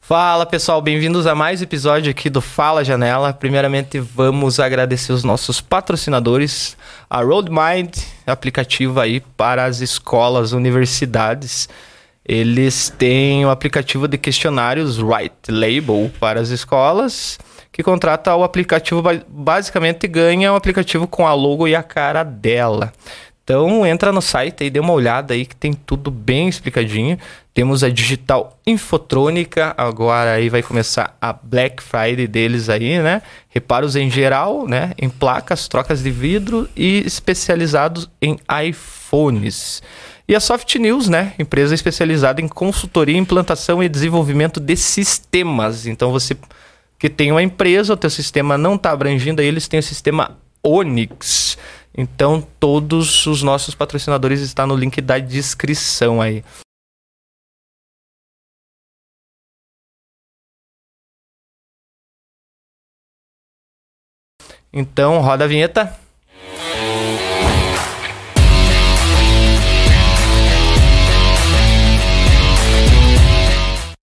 Fala pessoal, bem-vindos a mais um episódio aqui do Fala Janela. Primeiramente, vamos agradecer os nossos patrocinadores, a Roadmind, aplicativo aí para as escolas, universidades. Eles têm o aplicativo de questionários Right Label para as escolas, que contrata o aplicativo ba- basicamente ganha o aplicativo com a logo e a cara dela. Então entra no site e dê uma olhada aí que tem tudo bem explicadinho. Temos a Digital Infotrônica, agora aí vai começar a Black Friday deles aí, né? Reparos em geral, né? Em placas, trocas de vidro e especializados em iPhones. E a Soft News, né? Empresa especializada em consultoria, implantação e desenvolvimento de sistemas. Então você que tem uma empresa, o teu sistema não está abrangindo, aí eles têm o sistema Onix. Então todos os nossos patrocinadores estão no link da descrição aí. Então roda a vinheta.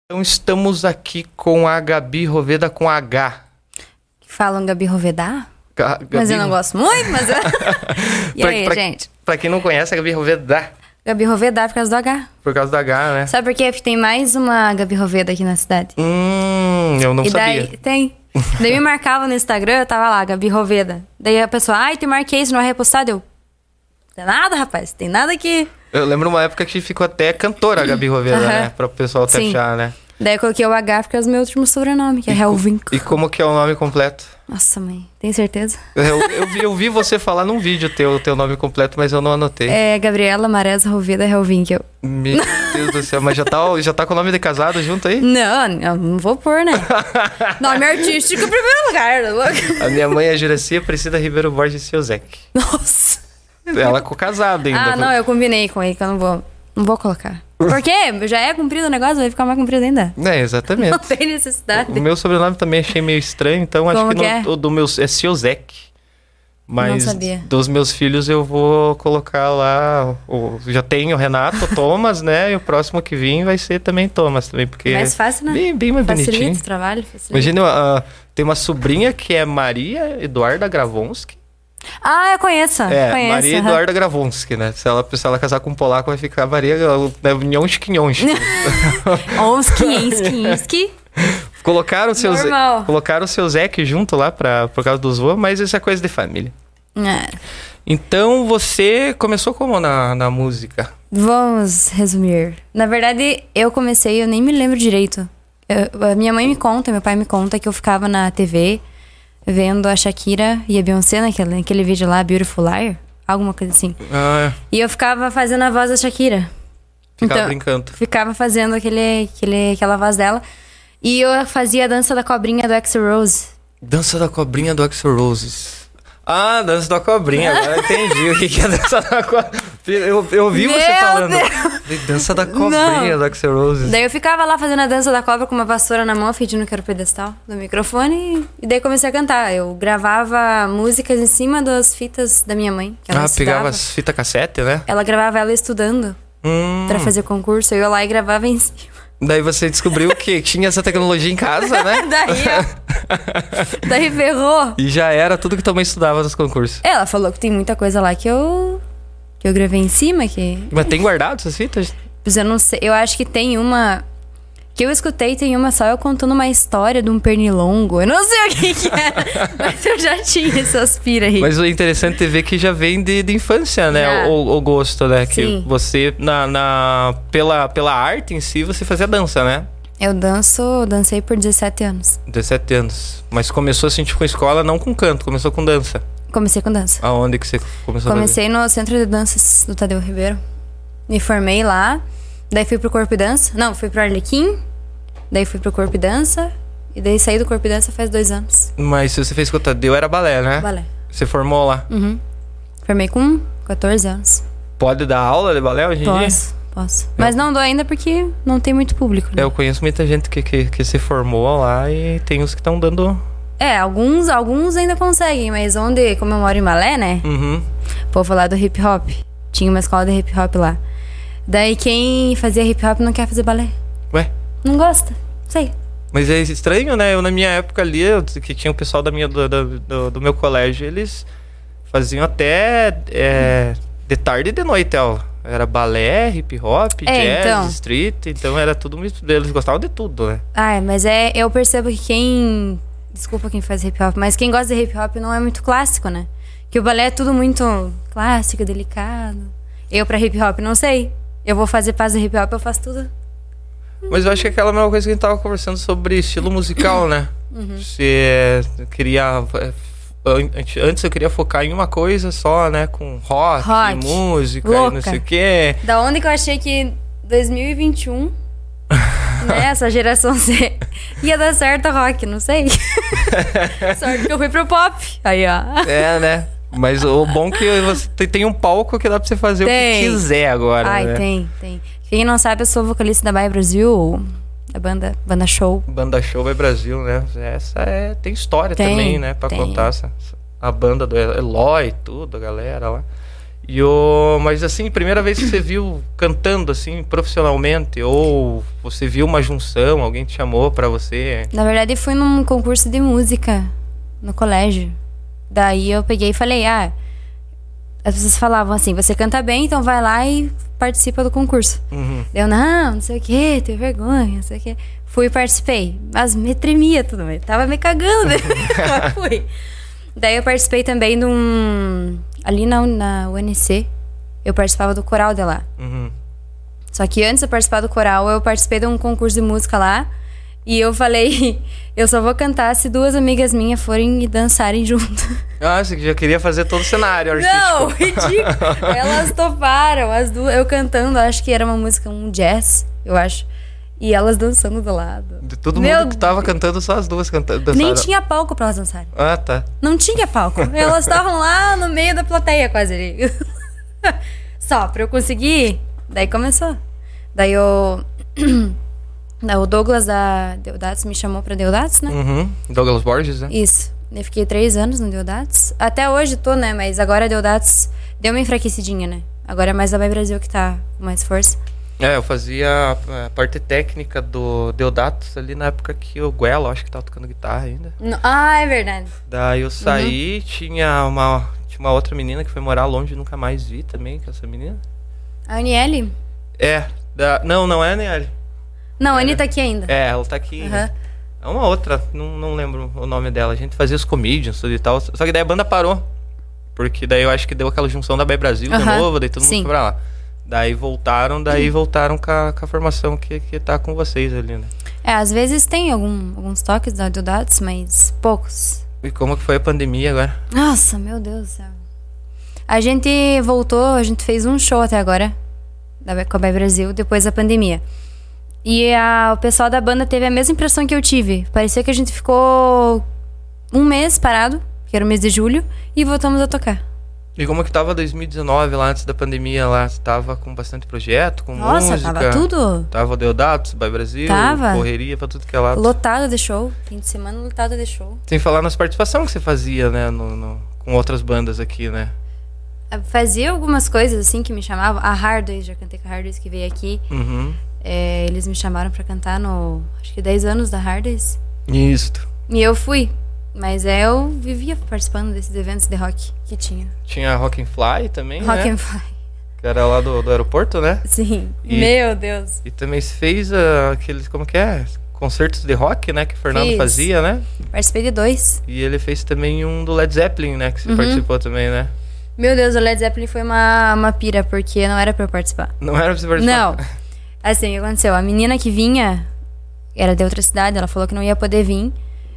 Então estamos aqui com a Gabi Roveda com H. Falam Gabi Rovedá? Ga- Gabi... Mas eu não gosto muito, mas. e Pra- aí, pra- gente? Pra quem não conhece, a Gabi Roveda, Gabi Rovedá por causa do H. por causa da H, né? Sabe por quê? Porque tem mais uma Gabi Roveda aqui na cidade. Hum, eu não e daí sabia. tem. Daí me marcava no Instagram, eu tava lá, Gabi Roveda. Daí a pessoa, ai, te marquei, isso não é repostado. Eu. Tem nada, rapaz, tem nada aqui. Eu lembro uma época que ficou até cantora a Gabi Roveda, Aham. né? Pra o pessoal até Sim. achar, né? Daí eu coloquei o H por causa do meu último sobrenome, que é Helvinco. E como que é o nome completo? Nossa, mãe, tem certeza? Eu, eu vi, eu vi você falar num vídeo teu, teu nome completo, mas eu não anotei. É Gabriela Maresa Roveda Helvinkel. Meu Deus do céu, mas já tá, já tá com o nome de casado junto aí? Não, eu não vou pôr, né? Nome artístico em primeiro lugar. tá louco? A minha mãe é Juracia Priscila Ribeiro Borges Fiozek. Nossa. Ela ficou casada ainda. Ah, não, eu combinei com ele que eu não vou, não vou colocar. Por quê? Já é comprido o negócio, vai ficar mais comprido ainda. É, Não exatamente. tem necessidade. O meu sobrenome também achei meio estranho, então acho Como que, que não- é? o do meu é Siozek. Mas Não sabia. dos meus filhos eu vou colocar lá. o- já tem o Renato, o Thomas, né? E o próximo que vim vai ser também Thomas também, porque. Mais fácil, né? Bem, bem mais Facilita bonitinho. o trabalho. Facilita. Imagina, ah, tem uma sobrinha que é Maria Eduarda Gravonsky. Ah, eu conheço. É, conheço. Maria aham. Eduarda Gravonsky, né? Se ela, se ela casar com um polaco, vai ficar Maria né, Nhonchki Nhonchki. Onski, Enski, Inski. Colocaram o seu Ze- Normal. colocaram o seu Zeke junto lá pra, por causa dos vô, mas isso é coisa de família. É. Então você começou como na, na música? Vamos resumir. Na verdade, eu comecei, eu nem me lembro direito. Eu- a minha mãe me conta, meu pai me conta que eu ficava na TV vendo a Shakira e a Beyoncé naquele, naquele vídeo lá, Beautiful Liar, alguma coisa assim. Ah, E eu ficava fazendo a voz da Shakira. ficava Então- brincando. ficava fazendo aquele, aquele, aquela voz dela. E eu fazia a dança da cobrinha do Axl Rose. Dança da cobrinha do Axel Roses. Ah, dança da cobrinha, agora eu entendi o que que é dança da cobrinha. Eu, eu ouvi você Meu falando. Deus! Falei, Dança da cobrinha Não. do Axel Roses. Daí eu ficava lá fazendo a dança da cobra com uma vassoura na mão, fingindo que era o pedestal do microfone. E daí comecei a cantar. Eu gravava músicas em cima das fitas da minha mãe, que ela Ah, pegava estudava. as fita cassete, né? Ela gravava ela estudando Hum, pra fazer concurso. Eu ia lá e gravava em cima. daí você descobriu que tinha essa tecnologia em casa, né? Daí, eu... daí ferrou. E já era tudo que também estudava nos concursos. Ela falou que tem muita coisa lá que eu... Que eu gravei em cima, que Mas tem guardado essas fitas? Mas eu não sei, eu acho que tem uma. Que eu escutei, tem uma só eu contando uma história de um pernilongo. Eu não sei o que, que era, mas eu já tinha essas pira aí. Mas o interessante é ver que já vem de, de infância, né? Já. O, o gosto, né? Que Sim. você, na, na- pela, pela arte em si, você fazia dança, né? Eu danço, eu dancei por 17 anos. 17 anos. Mas começou assim, tipo, com escola, não com canto, começou com dança. Comecei com dança. Aonde que você começou a Comecei no Centro de Danças do Tadeu Ribeiro. Me formei lá. Daí fui pro Corpo e Dança. Não, fui pro Arlequim. Daí fui pro Corpo e Dança. E daí saí do Corpo e Dança faz dois anos. dança? Mas se você fez com o Tadeu, era balé, né? Balé. Você formou lá. Formei com 14 anos. Pode dar aula de balé hoje em dia? Posso, posso. Mas não dou ainda porque não tem muito público. né? Eu conheço muita gente que, que, que se formou lá e tem uns que estão dando. É, alguns, alguns ainda conseguem, mas onde, como eu moro em Malé, né? Uhum. O povo lá do hip hop. Tinha uma escola de hip hop lá. Daí quem fazia hip hop não quer fazer balé. Ué? Não gosta. Não Sei. Mas é estranho, né? Eu, na minha época ali, eu- que tinha o pessoal da minha, do, do- do- do meu colégio, eles faziam até é, de tarde e de noite aula. Era balé, hip hop, jazz, então. street, então era tudo mis- Eles gostavam de tudo, né? Ai, mas é, eu percebo que quem. Desculpa quem faz hip hop, mas quem gosta de hip hop não é muito clássico, né? Que o balé é tudo muito clássico, delicado. Eu pra hip hop não sei. Eu vou fazer paz do hip hop, eu faço tudo. Mas eu acho que é aquela mesma coisa que a gente tava conversando sobre estilo musical, né? Uhum. Se é, eu queria. é, an- antes- Antes eu queria focar em uma coisa só, né? Com rock, Rock. música e não Louca. sei o quê. Da onde que eu achei que 2021, né, essa geração Z, ia dar certo a rock, não sei. Sorte que eu fui pro pop. Aí, ó. É, né? Mas o bom é que você tem- tem um palco que dá pra você fazer o Tem. que quiser agora. Ai, né? tem, tem. Quem não sabe, eu sou vocalista da Bahia Brasil, da banda, banda show. Banda Show vai Brasil, né? Essa é. Tem história Tem, também, né? Pra tem. contar. essa- essa- a banda do Eloy, tudo, a galera lá. E o. Mas assim, primeira vez que você viu cantando, assim, profissionalmente, ou você viu uma junção, alguém te chamou pra você. Na verdade, fui num concurso de música no colégio. Daí eu peguei e falei, ah, as pessoas falavam assim, você canta bem, então vai lá e participa do concurso. Uhum. Eu, não, não sei o quê, tenho vergonha, não sei o quê. Fui e participei. Mas me tremia tudo, eu tava me cagando. Mas fui. Daí eu participei também de um. Ali na, na UNC, eu participava do coral de lá. Uhum. Só que antes de eu participar do coral, eu participei de um concurso de música lá. E eu falei, eu só vou cantar se duas amigas minhas forem e dançarem junto. Ah, você já queria fazer todo o cenário artístico. Não, ridículo. elas toparam, as duas. Eu cantando, acho que era uma música, um jazz, eu acho. E elas dançando do lado. De Todo Meu mundo que tava cantando, só as duas cantando. Nem dançaram. tinha palco pra elas dançarem. Ah, tá. Não tinha palco. Elas estavam lá no meio da plateia, quase ali. Só pra eu conseguir. Daí começou. Daí eu. Daí o Douglas da Deodatos me chamou pra Deodatos, né? Uhum. Douglas Borges, né? Isso. Eu fiquei três anos no Deodatos. Até hoje tô, né? Mas agora a Deodatos deu uma enfraquecidinha, né? Agora é mais a Vai Brasil que tá com mais força. É, eu fazia a- a parte técnica do Deodatos ali na época que o Guelo, acho que tava tocando guitarra ainda. Não- Ah, é verdade. Daí eu saí, tinha uma tinha uma outra menina que foi morar longe, nunca mais vi também, que é essa menina. A Aniele? É, da, não, não é a Neali. Não, a Anitta aqui ainda. É, ela tá aqui. Aham. É uma outra, não, não lembro o nome dela. A gente fazia os comedians tudo e tal. Só que daí a banda parou. Porque daí eu acho que deu aquela junção da Bay Brasil de Aham, novo, daí todo mundo sim. foi pra lá. Daí voltaram, daí voltaram com a, com a formação que, que tá com vocês ali, né? É, às vezes tem algum- alguns toques da Deodatos, mas poucos. E como que foi a pandemia agora? Nossa, meu Deus do céu. A gente voltou, a gente fez um show até agora da Cobai Brasil depois da pandemia. E a- o pessoal da banda teve a mesma impressão que eu tive. Parecia que a gente ficou um mês parado, que era o mês de julho, e voltamos a tocar. E como que tava 2019 lá antes da pandemia lá? Você tava com bastante projeto, com Nossa, música? tava tudo Tava o Deodato, By Brasil, Tava. correria pra tudo que é lado. lotado de show, fim de semana lotado de show. Sem falar nas participações que você fazia, né? no- no- com outras bandas aqui, né? Ah, Fazia algumas coisas assim que me chamavam. A Hardways, já cantei com a Hardways que veio aqui. Uhum. É, eles me chamaram pra cantar no. Acho que 10 anos da Hardways. Isso. E eu fui. Mas é, eu vivia participando desses eventos de rock que tinha. Tinha Rock and Fly também, rock né? and Fly. Que era lá do, do aeroporto, né? Sim. E- Meu Deus. E também se fez ah, aqueles, como que é? Concertos de rock, né? Que o Fernando Fiz. fazia, né? Participei de dois. E ele fez também um do Led Zeppelin, né? Que você Uhum. participou também, né? Meu Deus, o Led Zeppelin foi uma, uma pira, porque não era pra eu participar. Não era pra você participar? Não. Assim, o que aconteceu? A menina que vinha era de outra cidade, ela falou que não ia poder vir.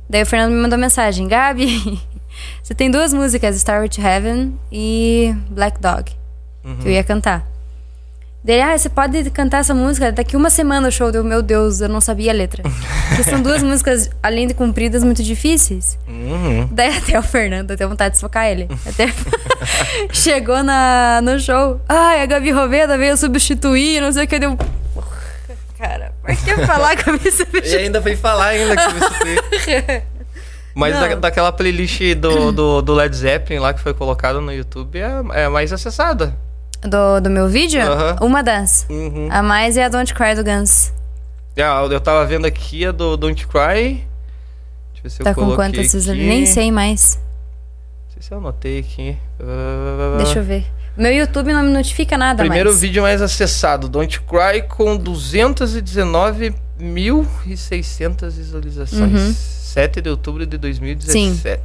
Daí o Fernando me mandou mensagem: Gabi, você tem duas músicas, Star to Heaven e Black Dog, que Uhum. eu ia cantar. Dele, ah, você pode cantar essa música? Daqui uma semana o show deu, meu Deus, eu não sabia a letra. Porque são duas músicas, além de compridas, muito difíceis. Uhum. Daí até o Fernando, eu tenho vontade de socar ele. Até chegou na, no show. Ai, a Gabi Roveda veio substituir, não sei o que. Deu. Cara, por que falar que eu me E substituir? ainda vem falar ainda que substitui. Mas Não. da- daquela playlist do, do, do Led Zeppelin lá que foi colocada no YouTube é, é mais acessada. Do, do meu vídeo? Aham. Uma dança. Uhum. A mais é a Don't Cry do Guns. Ah, eu tava vendo aqui a do Don't Cry. Deixa eu ver se Tá eu com coloquei quantas aqui. visualizações? Nem sei mais. Não sei se eu anotei aqui. Ah, Deixa eu ver. Meu YouTube não me notifica nada Primeiro mais. vídeo mais acessado, Don't Cry, com 219.600 visualizações. Uhum. 7 de outubro de 2017.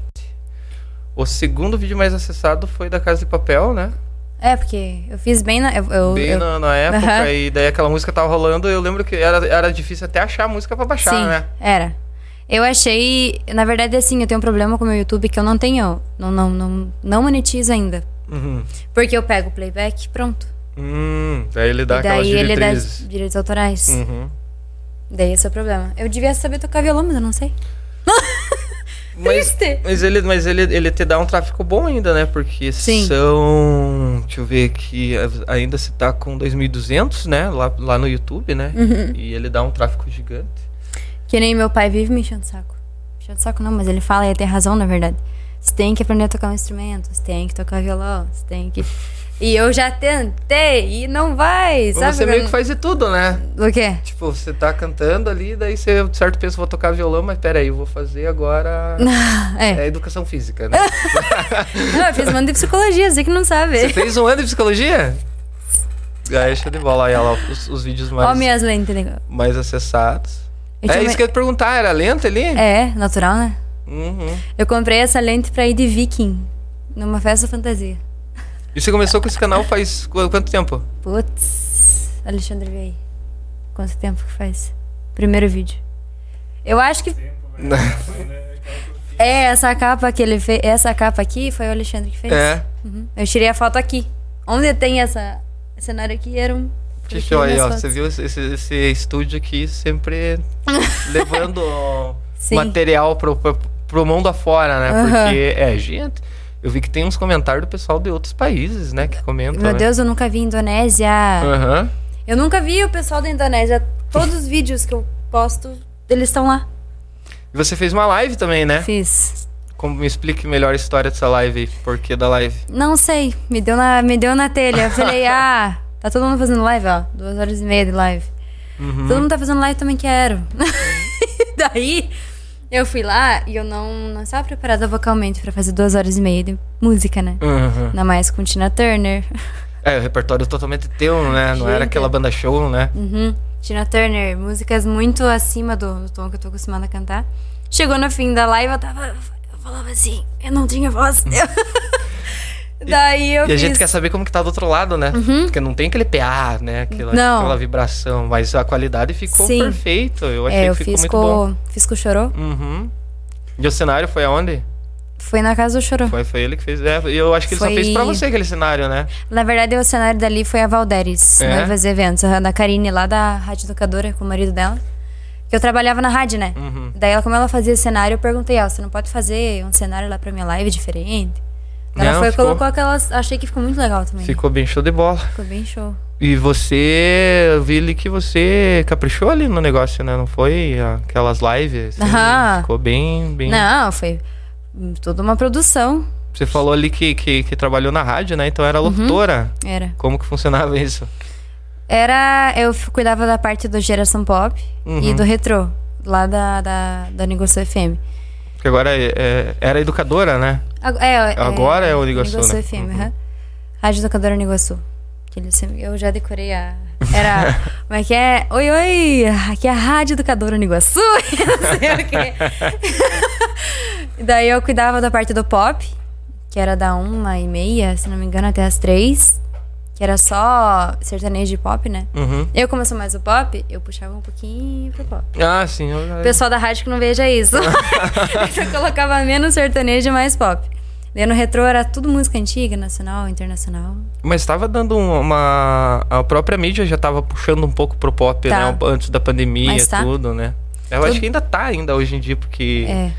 O segundo vídeo mais acessado foi da Casa de Papel, né? É, porque eu fiz bem na. Eu, eu- Bem eu- na, na época, Aham. e daí aquela música tava rolando. Eu lembro que era, era difícil até achar a música pra baixar, Sim, né? era. Eu achei. Na verdade, assim, eu tenho um problema com o meu YouTube que eu não tenho. Não, não, não, não monetizo ainda. Uhum. Porque eu pego o playback e pronto. Hum, daí ele dá e aquelas daí ele dá diretrizes. direitos autorais. Uhum. Daí esse é o problema. Eu devia saber tocar violão, mas eu não sei. Mas, Triste. mas, ele, mas ele, ele te dá um tráfico bom ainda, né? Porque Sim. são. Deixa eu ver aqui. Ainda se tá com 2.200, né? Lá, lá no YouTube, né? Uhum. E ele dá um tráfico gigante. Que nem meu pai vive me enchendo o saco. Enchendo o saco não, mas ele fala e ele tem razão, na verdade. Você tem que aprender a tocar um instrumento, você tem que tocar violão, você tem que. E eu já tentei e não vai, Mas sabe? você meio que quando- faz de tudo, né? O quê? Tipo, você tá cantando ali, daí você certo pensa, vou tocar violão, mas peraí, eu vou fazer agora. É. É educação física, né? Não, eu fiz mando de psicologia, você que não Você sabe. fez um ano de psicologia? Aí, show de bola. Aí, olha lá, os, os vídeos Ó, mais, minhas lentes, né? mais acessados. Eu É tinha isso uma- que eu ia te perguntar, era lenta ali? É, natural, né? Uhum. Eu comprei essa lente pra ir de viking numa festa fantasia. E você começou com esse canal faz qu- quanto tempo? Putz, Alexandre, vê aí. Quanto tempo que faz? Primeiro vídeo. Eu acho que. É, essa capa que ele fez. Essa capa aqui foi o Alexandre que fez. É. Uhum. Eu tirei a foto aqui. Onde tem essa esse cenário aqui era um. Que eu show tirei aí, ó. minhas Você fotos. viu esse, esse- esse estúdio aqui sempre levando Sim. material pro, pro, pro mundo afora, né? Aham. Porque, é, gente, eu vi que tem uns comentários do pessoal de outros países, né? Que comentam. Meu né? Deus, eu nunca vi Indonésia. Aham. Eu nunca vi o pessoal da Indonésia. Todos os vídeos que eu posto, eles estão lá. E você fez uma live também, né? Fiz. Como, me explique melhor a história dessa live aí. Porquê da live? Não sei. Me deu na, me deu na telha. Eu falei, ah, tá todo mundo fazendo live, ó. Duas horas e meia de live. Hum. Todo mundo tá fazendo live, também quero. Uhum. Daí, eu fui lá e eu não, não estava preparada vocalmente pra fazer duas horas e meia de música, né? Aham. Ainda mais com Tina Turner. É, o repertório totalmente teu, né? Não era Gente. aquela banda show, né? Uhum. Tina Turner, músicas muito acima do, do tom que eu tô acostumada a cantar. Chegou no fim da live, eu tava. Eu falava assim, eu não tinha voz. Eu- Daí Uhum. E a eu fiz. Uhum. gente quer saber como que tá do outro lado, né? Porque não tem aquele PA, né? Aquela, Não. aquela vibração, mas a qualidade ficou Sim. perfeito. Eu achei É, eu que ficou fiz muito bom. com, fiz com o Chorô. Uhum. E o cenário foi aonde? Foi na casa do Chorô. Foi, foi ele que fez. É, eu acho que ele só Foi- fez pra você aquele cenário, né? Na verdade, o cenário dali foi a Valderes, É? Noivas e Eventos, a da Karine, lá da Rádio Educadora, com o marido dela. Que eu trabalhava na rádio, né? Uhum. Daí, ela, como ela fazia cenário, eu perguntei, ó, você não pode fazer um cenário lá pra minha live diferente? Daí Não, ela foi e ficou- colocou aquelas. Achei que ficou muito legal também. Ficou bem show de bola. Ficou bem show. E você, eu vi ali que você caprichou ali no negócio, né? Não foi aquelas lives? assim, Aham. Ficou bem, bem. Não, foi hum, toda uma produção. Você falou ali que, que, que trabalhou na rádio, né? Então era Uhum. locutora. Era. Como que funcionava isso? Era. Eu f- cuidava da parte do Geração Pop e Uhum. do Retrô, lá da, da, da Negócio FM. Porque agora é- é- era educadora, né? Ag- É, Agora é o Niguaçu, né? FM, Uhum. aham. Rádio Educadora Niguaçu. Que eles sempre- eu já decorei a. Era. como é que é? Oi, oi! Aqui é a Rádio Educadora Niguaçu. não sei o quê. E Daí eu cuidava da parte do pop, que era da uma e meia, se não me engano, até as três. Que era só sertanejo de pop, né? Uhum. Eu, como eu sou mais o pop, eu puxava um pouquinho pro pop. Ah, sim. eu- O pessoal da rádio que não veja isso. eu colocava menos sertanejo e mais pop. Daí no retrô era tudo música antiga, nacional, internacional. Mas estava dando um- uma. A própria mídia já estava puxando um pouco pro pop, Tá. né? Antes da pandemia e Mas tá. tudo, né? Eu acho que ainda tá ainda hoje em dia, porque. É.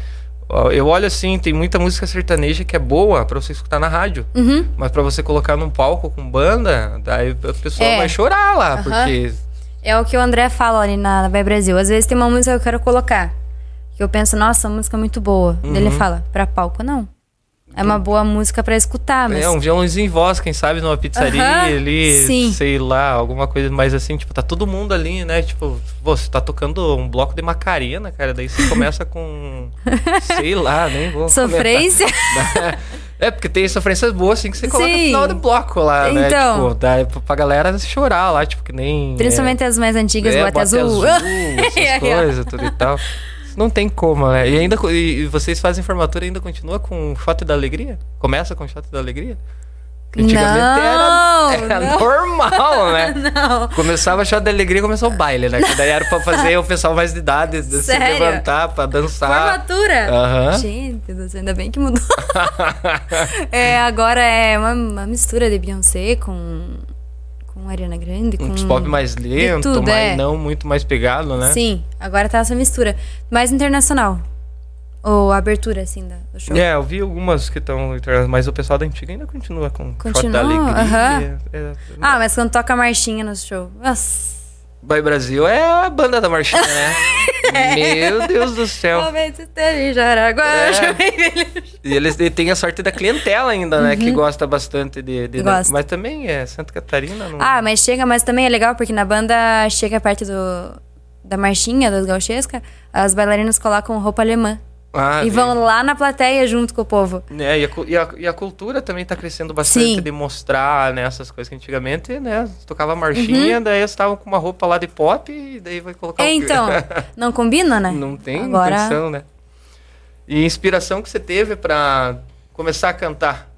ó, Eu olho assim, tem muita música sertaneja que é boa pra você escutar na rádio. Uhum. Mas pra você colocar num palco com banda, daí o pessoal É. vai chorar lá, Aham. porque. É o que o André fala ali na na Vai Brasil. Às vezes tem uma música que eu Uhum. quero colocar. Que eu penso, nossa, a música é muito boa. Daí Ele fala, pra palco, não. É uma boa música pra escutar, Ah, mas. É, um violãozinho em voz, quem sabe, numa pizzaria Aham, ali, sim. sei lá, alguma coisa mais assim, tipo, tá todo mundo ali, né? Tipo, pô, você tá tocando um bloco de Macarena, cara, daí você começa com. sei lá, nem vou. Sofrência? comentar. É, porque tem sofrências boas, assim, que você coloca no Sim. final do bloco lá, né? Então. Tipo, dá pra- pra galera chorar lá, tipo, que nem. é, Principalmente as mais antigas, é, Boate, Azul. É, essas coisas, tudo e tal. Não tem como, né? E ainda co- e e vocês fazem formatura e ainda continua com o shot da alegria? Começa com o shot da alegria? Que Não, era, era não. normal, né? Não. Começava o shot da alegria e começou o baile, né? Que daí era pra fazer o pessoal mais de idade de se Sério? levantar pra dançar. Formatura? Aham. Gente do céu, ainda bem que mudou. É, agora é uma, uma mistura de Beyoncé com, com Ariana Grande. Com... Um pop mais lento, hum, tudo, mas é. não muito mais pegado, né? Sim, agora tá essa mistura. Mais internacional. Ou a abertura, assim, da- do show. É, eu vi algumas que estão internacionais, mas o pessoal da antiga ainda continua com o shot da Continua? alegria. Aham. É, Ah, mas quando toca a marchinha no show. Nossa. Boy Brasil é a banda da marchinha, né? É. Meu Deus do céu. Talvez esteja em Jaraguá. É. Joinville. E eles e têm a sorte da clientela ainda, né? Que gosta bastante de... de- Uhum. Gosta. Mas também é Santa Catarina. Não... Ah, mas chega, mas também é legal porque na banda chega a parte do, da marchinha, das gauchescas, as bailarinas colocam roupa alemã. Ah, e é. vão lá na plateia junto com o povo. Né, e, a, cu- e a- e a cultura também tá crescendo bastante Sim. de mostrar né, essas coisas que antigamente, né? Tocava marchinha, daí eles estavam com uma roupa lá de pop e daí vai colocar o Uhum. É, quê? então, não combina, né? Não tem Agora, condição, né? E inspiração que você teve pra começar a cantar?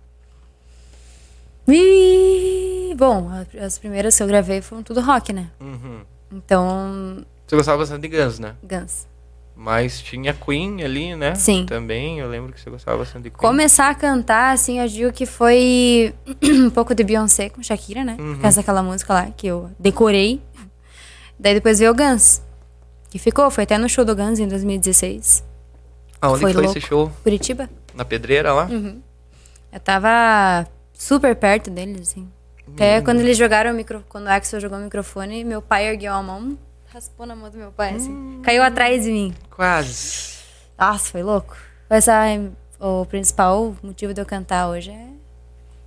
Ih, Bom, a- as primeiras que eu gravei foram tudo rock, né? Uhum. Então, Você gostava bastante de Guns, né? Guns. Mas tinha Queen ali, né? Sim. Também, eu lembro que você gostava bastante de Queen. Começar a cantar, assim, eu digo que foi um pouco de Beyoncé com Shakira, né? Por Uhum. causa daquela música lá que eu decorei. Daí depois veio o Guns. Que ficou, foi até no show do Guns em 2016, Aonde Foi Ah, foi, foi louco. Uhum. esse show? Curitiba. Na pedreira lá? Eu tava super perto deles, assim. Até quando eles jogaram o micro... Quando o Axel jogou o microfone, meu pai ergueu a mão, raspou na mão do meu pai, assim. Caiu atrás de mim. Quase. Nossa, foi louco. Mas ah, o principal motivo de eu cantar hoje é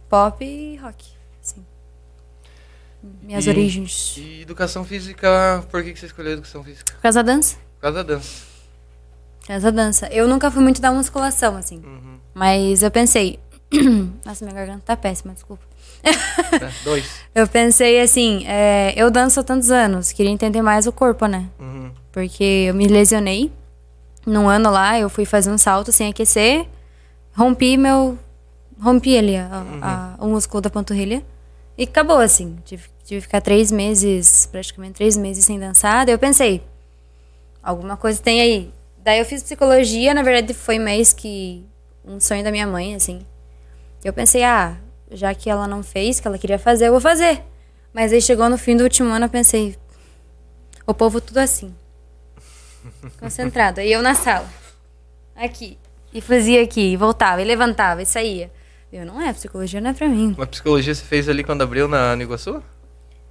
pop e rock, assim. Minhas E- origens. E educação física, por que que você escolheu educação física? Por causa da dança. Por causa da dança. Por causa da dança. Eu nunca fui muito da musculação, assim. Uhum. Mas eu pensei... Nossa, minha garganta tá péssima, desculpa. né? Dois. Eu pensei assim, é, eu danço há tantos anos, queria entender mais o corpo, né? Uhum. Porque eu me lesionei num ano lá, eu fui fazer um salto sem aquecer, rompi meu. rompi ali a- a- o músculo da panturrilha. E acabou assim. Tive, tive que ficar três meses, praticamente três meses sem dançar. Daí eu pensei, alguma coisa tem aí. Daí eu fiz psicologia, na verdade foi mais que um sonho da minha mãe, assim. Eu pensei, ah, já que ela não fez, que ela queria fazer, eu vou fazer. Mas aí chegou no fim do último ano, eu pensei, o povo tudo assim. Concentrado. E eu na sala. Aqui. E fazia aqui, e voltava, e levantava, e saía. Eu, não é, psicologia não é pra mim. Uma psicologia você fez ali quando abriu na no Iguaçu?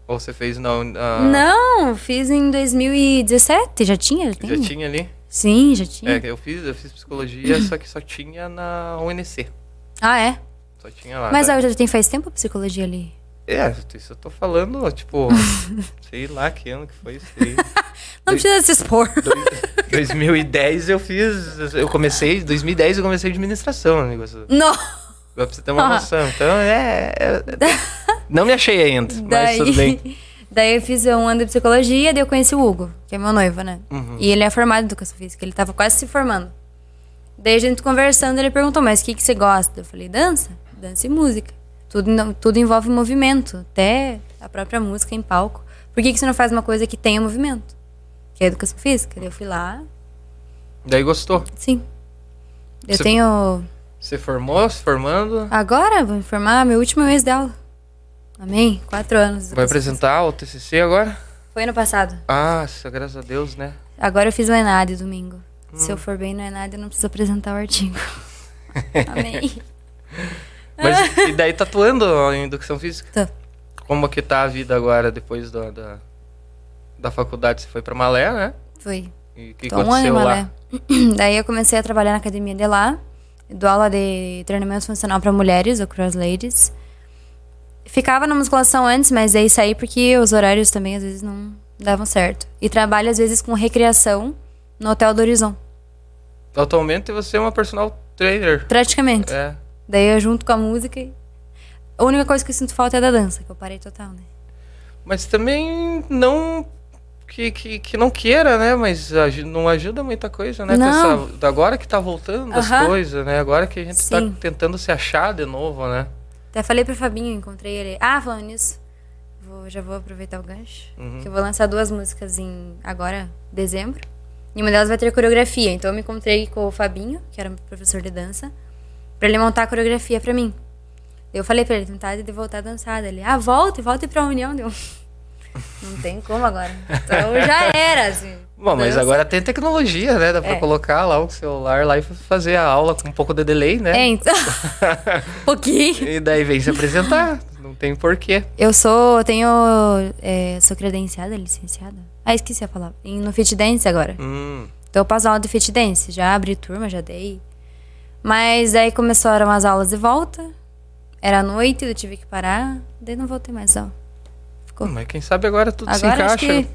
Ou você fez na... Uni- na- Não, fiz em 2017, já tinha? Já, Já tem? um? tinha ali? Sim, já tinha. É, eu fiz, eu fiz psicologia, só que só tinha na UNC. Ah, é? Só tinha lá. Mas né? ah, já tem faz tempo a psicologia ali? É, isso eu tô falando, tipo... sei lá que ano que foi isso aí. Não precisa se expor. 2010 eu fiz. Eu comecei. 2010 eu comecei administração, né? negócio. Não. Pra você ter uma Ah. noção. Então é. é- Não me achei ainda, mas Daí, tudo bem. daí eu fiz um ano de psicologia, daí eu conheci o Hugo, que é meu noivo, né? Uhum. E ele é formado em educação física, ele tava quase se formando. Daí a gente conversando, ele perguntou, mas o que, que você gosta? Eu falei, dança, dança e música. Tudo, não- tudo envolve movimento, até a própria música em palco. Por que, que você não faz uma coisa que tenha movimento? Que é educação física. Daí eu fui lá, Daí gostou. sim. Eu Você- tenho. Você formou, se formando. Agora, vou informar, meu último mês de aula. Amém? Quatro anos. de Vai educação física. apresentar o TCC agora? Foi ano passado. Ah, isso, graças a Deus, né? Agora eu fiz o Enad domingo. Se eu for bem no Enad, eu não preciso apresentar o artigo. Amém. Mas e daí tatuando em educação física? Tá. Como que tá a vida agora depois da, da, da faculdade? Você foi pra Malé, né? Foi. E o que Tô né? um ano em aconteceu lá? Malé. Daí eu comecei a trabalhar na academia de lá. dou aula de treinamento funcional para mulheres, o Cross Ladies. Ficava na musculação antes, mas aí saí porque os horários também às vezes não davam certo. E trabalho às vezes com recreação no Hotel do Horizon, Atualmente você é uma personal trainer. praticamente. É. Daí eu junto com a música. e- A única coisa que eu sinto falta é da dança, que eu parei total, né? Mas também não. Que, que, que não queira, né? Mas aju- não ajuda muita coisa, né? Com Não. essa- agora que tá voltando as Aham. coisas, né? Agora que a gente Sim. tá tentando se achar de novo, né? Até falei pro Fabinho, encontrei ele. Ah, falando nisso, vou- já vou aproveitar o gancho. Uhum. Que eu vou lançar duas músicas em agora, dezembro. E uma delas vai ter coreografia. Então eu me encontrei com o Fabinho, que era meu professor de dança, pra ele montar a coreografia pra mim. Eu falei pra ele, tem vontade de voltar a dançar. Daí Ele, ah, volta, e volta pra união. Deu. Não tem como agora. Então já era, assim. Bom, mas Dança. agora tem tecnologia, né? Dá pra É. colocar lá o celular lá e fazer a aula com um pouco de delay, É, né? então. Um Pouquinho. E daí vem se apresentar. Não tem porquê. Eu sou, tenho, é, sou credenciada, licenciada. Ah, esqueci a palavra. Em- No Fit Dance agora. Hum. Então eu passo aula de Fit Dance, já abri turma, já dei. Mas daí começaram as aulas de volta. Era noite, eu tive que parar. Daí não voltei mais aula. Ficou. Mas quem sabe agora tudo se agora encaixa. acho que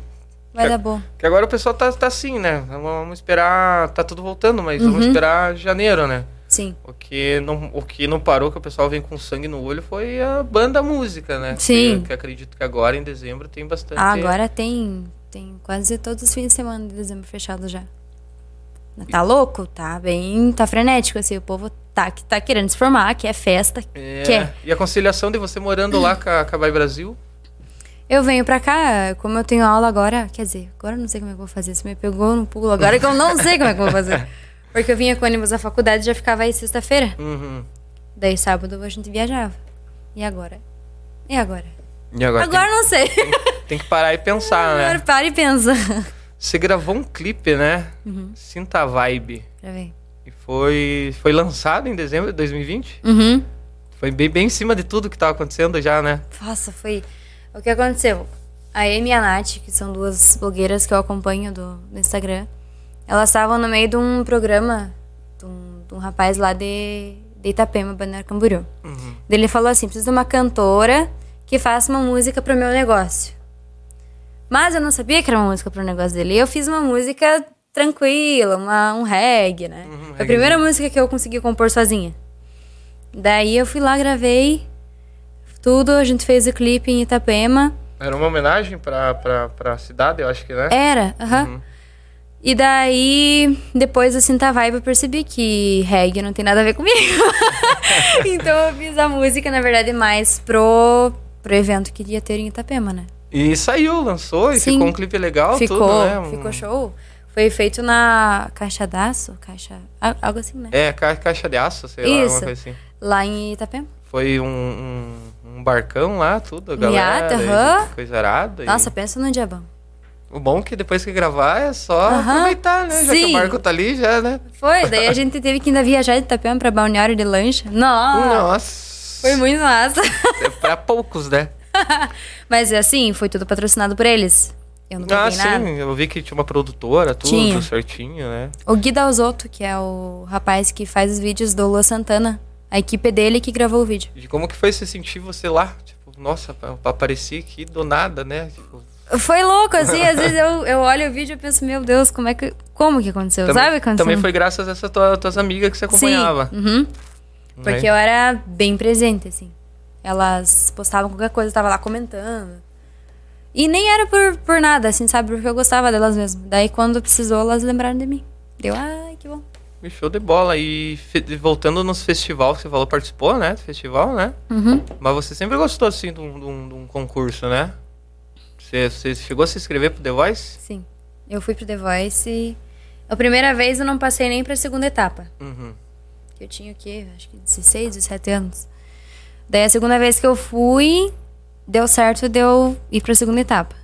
vai dar bom. Porque agora o pessoal tá, tá assim, né? Vamos, vamos esperar. Tá tudo voltando, mas Uhum. vamos esperar janeiro, né? Sim. O que, não, o que não parou, que o pessoal vem com sangue no olho, foi a banda música, né? Sim. Que, que acredito que agora, em dezembro, tem bastante. Ah, agora tem, tem quase todos os fins de semana de dezembro fechado já. Tá louco? Tá bem, tá frenético assim. O povo tá, tá querendo se formar, que é festa, É. quer. E a conciliação de você morando lá com a, com a Vai Brasil? Eu venho pra cá, como eu tenho aula agora, quer dizer, agora eu não sei como é que eu vou fazer. Você me pegou no pulo agora que eu não sei como é que eu vou fazer. Porque eu vinha com ônibus da faculdade e já ficava aí sexta-feira. Uhum. Daí sábado a gente viajava. E agora? E agora? E agora? Agora eu não sei. Tem, tem que parar e pensar, Agora né? para e pensa. Você gravou um clipe, né? Uhum. Sinta a Vibe. Pra ver. E foi, foi lançado em dezembro de 2020? Uhum. Foi bem, bem em cima de tudo que tava acontecendo já, né? Nossa, foi. O que aconteceu? A Amy e a Nath, que são duas blogueiras que eu acompanho do, do Instagram, elas estavam no meio de um programa de um, de um rapaz lá de, de Itapema, Banner Camboriú. Daí Ele falou assim: preciso de uma cantora que faça uma música pro meu negócio. Mas eu não sabia que era uma música pro negócio dele. Eu fiz uma música tranquila, uma, um reggae, né? Foi a primeira música que eu consegui compor sozinha. Daí eu fui lá, gravei tudo, a gente fez o clipe em Itapema. Era uma homenagem pra, pra, pra cidade, eu acho que, né? Era, aham. E daí, depois do Sinta Vibe, eu percebi que reggae não tem nada a ver comigo. então eu fiz a música, na verdade, mais pro, pro evento que ia ter em Itapema, né? E saiu, lançou, e Sim. ficou um clipe legal, ficou, tudo, né? Um- ficou show. Foi feito na Caixa Daço, Caixa... a- Algo assim, né? É, ca- caixa de aço, sei lá, Isso. uma coisa assim. Lá em Itapema. Foi um, um, um barcão lá, tudo, a Um galera. iate, e aham. Coisa arada. e- Nossa, pensa num dia bom. O bom é que depois que gravar é só Aham. aproveitar, né? Já que Sim. o barco tá ali, já, né? Foi, daí a gente teve que ainda viajar de Itapema pra Balneário de lancha. Nossa! Nossa. Ah. Foi muito massa. É pra poucos, né? Mas assim, foi tudo patrocinado por eles. Eu não Ah, ganhei nada. sim, eu vi que tinha uma produtora, tudo Tinha. certinho, né? O Gui Dalzotto, que é o rapaz que faz os vídeos do Lua Santana. A equipe é dele que gravou o vídeo. E como que foi você sentir você lá? Tipo, nossa, pa- apareci aqui do nada, né? Tipo, Foi louco, assim, às vezes eu, eu olho o vídeo e penso, meu Deus, como é que. Como que aconteceu? também, Sabe quando também você- foi graças a essas tua- tuas amigas que você acompanhava. Sim, uhum, né? porque eu era bem presente, assim. Elas postavam qualquer coisa, eu tava lá comentando. E nem era por, por nada, assim, sabe? Porque eu gostava delas mesmo. Daí quando precisou, elas lembraram de mim. Deu, ai, que bom. E Show de bola. E fe- voltando nos festivais que você falou, participou, né? Do festival, né? Uhum. Mas você sempre gostou, assim, de um, de um- de um concurso, né? Você, você chegou a se inscrever pro The Voice? Sim. Eu fui pro The Voice e. A primeira vez eu não passei nem pra segunda etapa. Uhum. que Eu tinha o quê? Acho que 16, 17 anos. Daí a segunda vez que eu fui, deu certo de eu ir pra segunda etapa.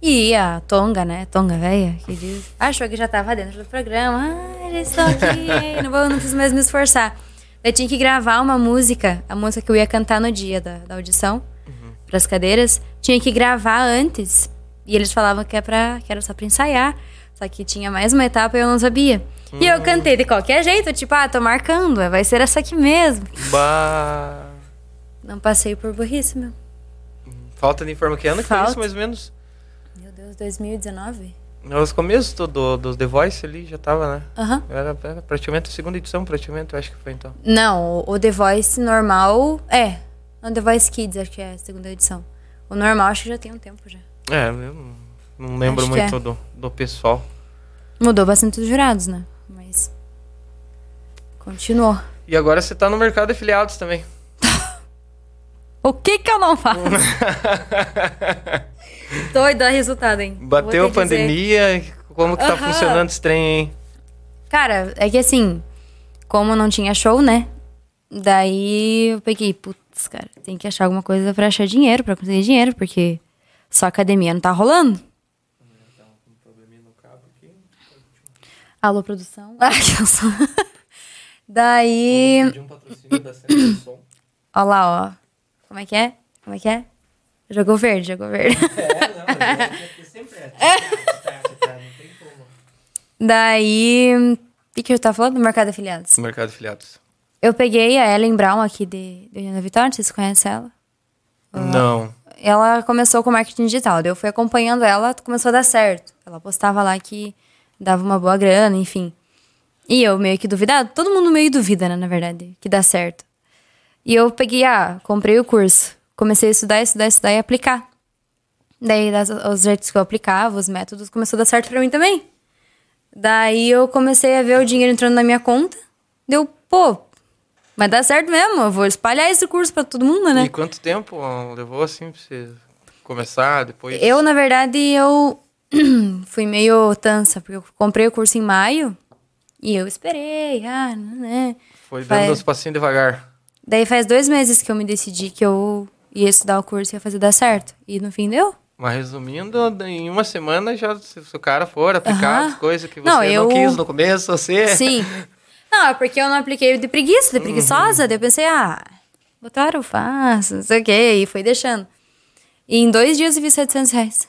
E a Tonga, né? Tonga velha, que diz. Achou que já tava dentro do programa. Ah, já estou aqui, hein? não, vou, não preciso mais me esforçar. Daí tinha que gravar uma música, a música que eu ia cantar no dia da, da audição, pras cadeiras. Tinha que gravar antes. E eles falavam que, é pra, que era só pra ensaiar. Só que tinha mais uma etapa e eu não sabia. E eu cantei de qualquer jeito, tipo, ah, tô marcando, vai ser essa aqui mesmo. Bah. Não passei por burrice, meu. Falta de informação. Que ano que foi Falta. isso, mais ou menos? Meu Deus, 2019? Nos começos do, do, do The Voice ali já tava, né? Aham. Era, era praticamente a segunda edição, praticamente, eu acho que foi então. Não, o- o The Voice normal. É. O The Voice Kids, acho que é a segunda edição. O normal, acho que já tem um tempo já. É, eu não- não lembro Acho que muito é. do, do pessoal. Mudou bastante os jurados, né? Mas. Continuou. E agora você tá no mercado de afiliados também. O que que eu não faço? Doido, dá resultado, hein? Bateu Vou a ter que dizer. pandemia, como que tá Aham. funcionando esse trem, hein? Cara, é que assim, como não tinha show, né? Daí eu peguei, putz, cara, tem que achar alguma coisa pra achar dinheiro, pra conseguir dinheiro, porque só academia não tá rolando. Alô, produção. Ah, que eu sou. Daí. De um patrocínio da Centro Som. Ó lá, ó. Como é que é? Como é que é? Jogou verde, jogou verde. É, não, é sempre é. Não tem como. Daí. O que, que eu tava falando? Do mercado de afiliados. Mercado de afiliados. Eu peguei a Ellen Brown aqui de, de União da Vitória, não sei se você conhece ela. Ah. Não. Ela começou com marketing digital, daí eu fui acompanhando ela, começou a dar certo. Ela postava lá que dava uma boa grana, enfim. E eu meio que duvidava, todo mundo meio duvida, né, na verdade, que dá certo. E eu peguei, ah, comprei o curso, comecei a estudar, estudar, estudar e aplicar. Daí, das- os jeitos que eu aplicava, os métodos, começou a dar certo pra mim também. Daí eu comecei a ver o dinheiro entrando na minha conta. Deu, pô, mas dá certo mesmo, eu vou espalhar esse curso pra todo mundo, né? E quanto tempo ó, levou assim pra você começar, depois? Eu, na verdade, eu fui meio tansa, porque eu comprei o curso em maio e eu esperei, ah, né? Foi dando Vai. os passinhos devagar. Daí faz dois meses que eu me decidi que eu ia estudar o curso e ia fazer dar certo. E no fim deu. Mas resumindo, em uma semana já, se se o cara for aplicar Aham. as coisas que você Não, não, eu- quis no começo, você. Sim. Não, é porque eu não apliquei de preguiça, de preguiçosa. Daí eu pensei, ah, outra hora eu faço, não sei o quê. E foi deixando. E em dois dias eu fiz 700 reais.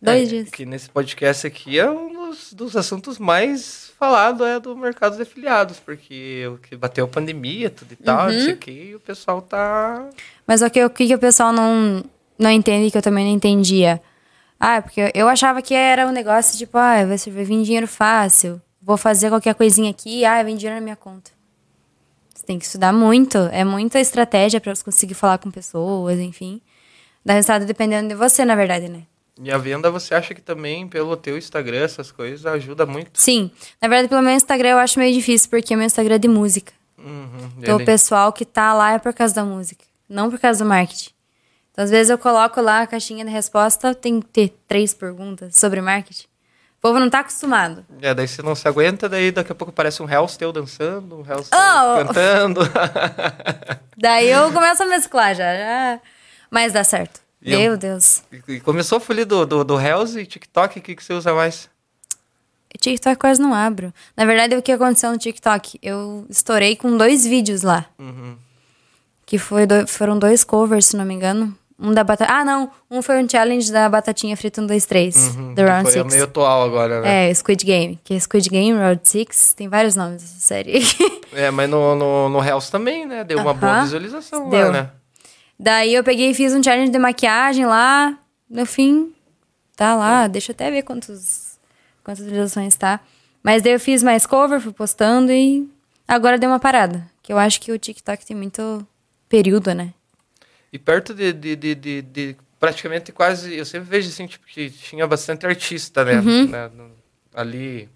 Dois É, dias. Que nesse podcast aqui é um dos, dos assuntos mais falados é do mercado de afiliados, porque o que bateu a pandemia, tudo e tal, não Uhum. sei o que, e o pessoal tá. Mas o que, o que que o pessoal não, não entende, que eu também não entendia? Ah, porque eu achava que era um negócio tipo, ah, vai ser- vai vir dinheiro fácil, vou fazer qualquer coisinha aqui, ah, vem dinheiro na minha conta. Você tem que estudar muito, é muita estratégia pra você conseguir falar com pessoas, enfim. Dá resultado dependendo de você, na verdade, né? E a venda, você acha que também pelo teu Instagram, essas coisas, ajuda muito? Sim. Na verdade, pelo meu Instagram eu acho meio difícil, porque o meu Instagram é de música. Uhum, Então, o ele- pessoal que tá lá é por causa da música, não por causa do marketing. Então, às vezes eu coloco lá a caixinha de resposta, tem que ter três perguntas sobre marketing. O povo não tá acostumado. É, daí você não se aguenta, daí daqui a pouco aparece um Hells teu dançando, um Hells teu Oh! cantando. Daí eu começo a mesclar já. já. Mas dá certo. E eu- Meu Deus. E- e começou a folia do, do, do Hells e TikTok, o que, que você usa mais? O TikTok quase não abro. Na verdade, o que aconteceu no TikTok? Eu estourei com dois vídeos lá. Uhum. Que foi do- foram dois covers, se não me engano. Um da batata. Ah, não. Um foi um challenge da batatinha frita 1, 2, 3. Uhum, The Round Foi 6. meio atual agora, né? É, Squid Game. Que é Squid Game, Road Six, tem vários nomes essa série. É, mas no, no, no Hells também, né? Deu uma boa Aham. visualização Deu. lá, né? Daí eu peguei e fiz um challenge de maquiagem lá. No fim, tá É. lá. Deixa eu até ver quantos, quantas visualizações tá. Mas daí eu fiz mais cover, fui postando e agora deu uma parada. Que eu acho que o TikTok tem muito período, né? E perto de, de, de, de, de praticamente quase. Eu sempre vejo assim, tipo, que tinha bastante artista, né? Na- no- ali,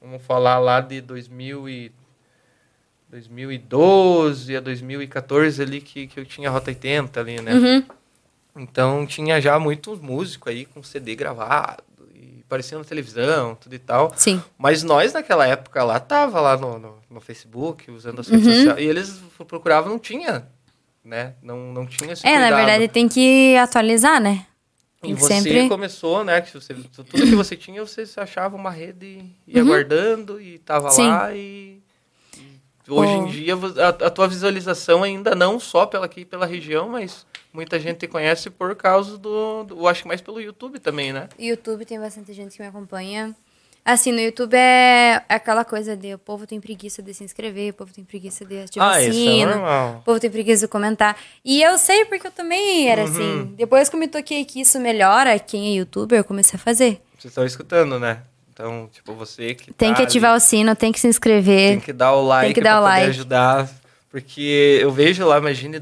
vamos falar lá de 2000 e, 2012 a 2014 ali, que, que eu tinha Rota 80 ali, né? Então tinha já muitos músicos aí com CD gravado e aparecendo na televisão, tudo e tal. Sim. Mas nós, naquela época lá, tava lá no, no, no Facebook, usando as Uhum. redes sociais. E eles f- procuravam, não tinha, né? Não, não tinha esse É, cuidado. na verdade tem que atualizar, né? E tem que você sempre- começou, né? Que você, tudo que você tinha, você achava uma rede, ia guardando e tava Uhum. Sim. lá e... e Hoje O- em dia, vo- a, a tua visualização ainda não só pela aqui pela região, mas muita gente te conhece por causa do, do... Eu acho que mais pelo YouTube também, né? YouTube tem bastante gente que me acompanha. Assim, no YouTube é aquela coisa de o povo tem preguiça de se inscrever, o povo tem preguiça de ativar Ah, o isso é sino, normal. o povo tem preguiça de comentar. E eu sei porque eu também Uhum. era assim. Depois que eu me toquei que isso melhora quem é youtuber, eu comecei a fazer. Vocês estão escutando, né? Então, tipo, você que. Tem tá que ali, ativar o sino, tem que se Tem inscrever. que dar o like É. que dar pra o poder like. ajudar. Porque eu vejo lá, imagine,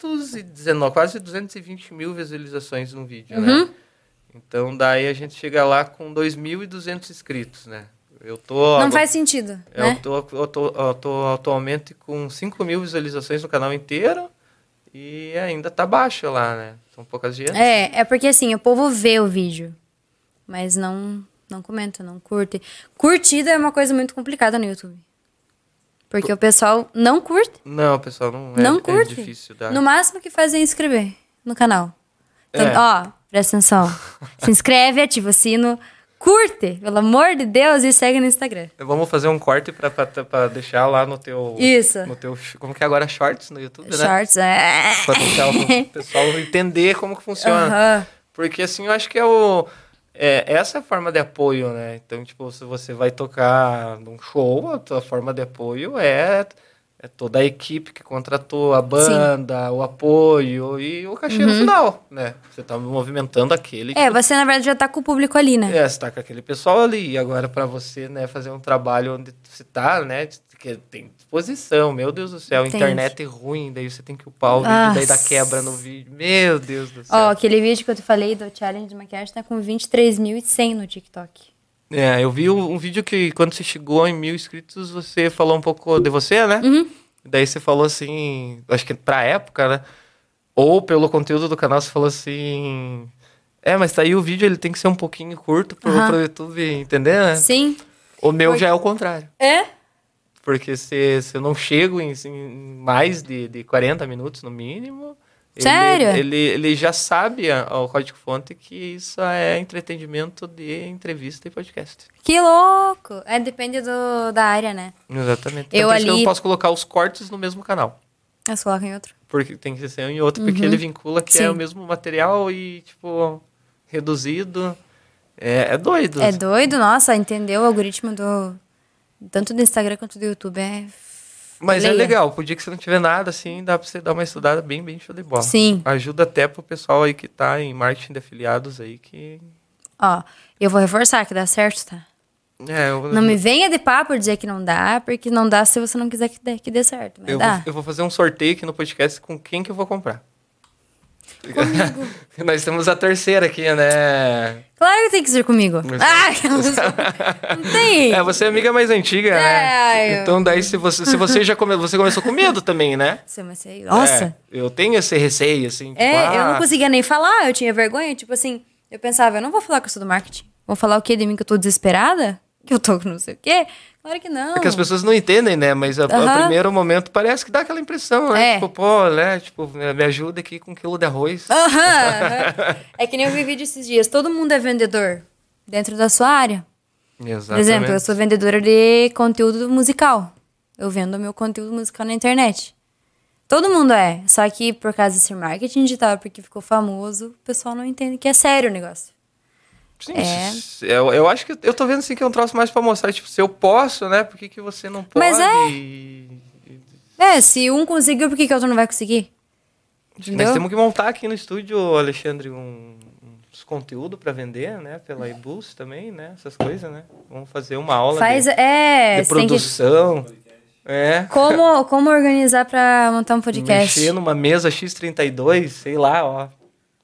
219, quase 220 mil visualizações num vídeo, Uhum. né? Então, daí a gente chega lá com 2.200 inscritos, né? Eu tô... Não faz sentido, Eu, né? tô, eu, tô, eu tô atualmente com 5 mil visualizações no canal inteiro e ainda tá baixo lá, né? São poucas gente. É, é porque assim, o povo vê o vídeo, mas não não comenta, não curte. Curtida é uma coisa muito complicada no YouTube. Porque o pessoal não curte, Não, pessoal, não é, não é curte. difícil dar. No máximo que fazem é inscrever no canal. Então, É. ó, presta atenção. Se inscreve, ativa o sino, curte, pelo amor de Deus, e segue no Instagram. Vamos fazer um corte pra, pra, pra deixar lá no teu... Isso. No teu, como que é agora? Shorts no YouTube, né? Shorts, é. Pra deixar o pessoal entender como que funciona. Aham. Porque assim, eu acho que é o. É, essa é a forma de apoio, né? Então, tipo, se você vai tocar num show, a tua forma de apoio é, é toda a equipe que contratou, a banda, o apoio e o cachê no final, né? Você tá movimentando aquele. Uhum. É, você na verdade já tá com o público ali, né? tipo, É, você tá com aquele pessoal ali. E agora, para você, né, fazer um trabalho onde você tá, né? Que tem disposição, meu Deus do céu, Tem internet é ruim, daí você tem que upar o vídeo, daí dá Nossa. quebra no vídeo. Meu Deus do céu. Ah, Ó, aquele vídeo que eu te falei do challenge de maquiagem tá com 23.100 no TikTok. É, eu vi um, um vídeo que quando você chegou em mil inscritos, você falou um pouco de você, né? Uhum. Daí você falou assim, acho que pra época, né? Ou pelo conteúdo do canal, você falou assim. É, mas tá aí o vídeo, ele tem que ser um pouquinho curto pro, Aham. pro YouTube entender, né? Sim. O meu já é o contrário. É? Porque se, se eu não chego em, assim, em mais de, de 40 minutos, no mínimo. ele- Sério? Ele, ele já sabe a- o código-fonte que isso é entretenimento de entrevista e podcast. Que louco! É, depende do, da área, né? Exatamente. Então, Eu Eu, ali... eu ali- não posso colocar os cortes no mesmo canal. Mas coloca em outro. Porque tem que ser um e outro, porque ele vincula que Uhum. Sim. é o mesmo material e, tipo, reduzido. É, é doido. É doido, nossa, entendeu o algoritmo do. Tanto do Instagram quanto do YouTube. É. Mas é leia. legal. Por dia que você não tiver nada, assim, dá pra você dar uma estudada bem, bem show de bola. Sim. Ajuda até pro pessoal aí que tá em marketing de afiliados aí que... Ó, eu vou reforçar que dá certo, tá? É, eu, Não me venha de papo dizer que não dá, porque não dá se você não quiser que dê, que dê certo. Mas eu, vou, dá. eu vou fazer um sorteio aqui no podcast com quem que eu vou comprar. Comigo. Nós temos a terceira aqui, né? Claro que tem que ser comigo. Mas- Ah, que não não tem. É, você é amiga mais antiga, É, né? eu- Então daí se você, se você já come, você começou com medo também, né? Você, mas você- Nossa. É, eu tenho esse receio, assim. É, tipo, ah, eu não conseguia nem falar, eu tinha vergonha. Tipo assim, eu pensava, eu não vou falar que eu sou do marketing. Vou falar o quê de mim que eu tô desesperada? Que eu tô com não sei o quê? Claro que não. É que as pessoas não entendem, né? Mas a- a- Aham. ao primeiro momento parece que dá aquela impressão, né? É. Tipo, pô, né? Tipo, me me ajuda aqui com um quilo de arroz. Aham, aham. É que nem eu vi vídeo esses dias. Todo mundo é vendedor dentro da sua área. Exatamente. Por exemplo, eu sou vendedora de conteúdo musical. Eu vendo meu conteúdo musical na internet. Todo mundo é. Só que por causa desse marketing digital, porque ficou famoso, o pessoal não entende que é sério o negócio. Sim, é. s- eu, eu acho que eu tô vendo assim que é um troço mais pra mostrar, tipo, se eu posso, né? Por que, que você não pode? Mas E- É, se um conseguiu, por que, que o outro não vai conseguir? Nós Entendeu? temos que montar aqui no estúdio, Alexandre, um, uns conteúdo pra vender, né? Pela eBoost também, né? Essas coisas, né? Vamos fazer uma aula Faz, de, é, de você tem que- produção. É. Como, como organizar pra montar um podcast? Mexer numa mesa X32, sei lá, ó.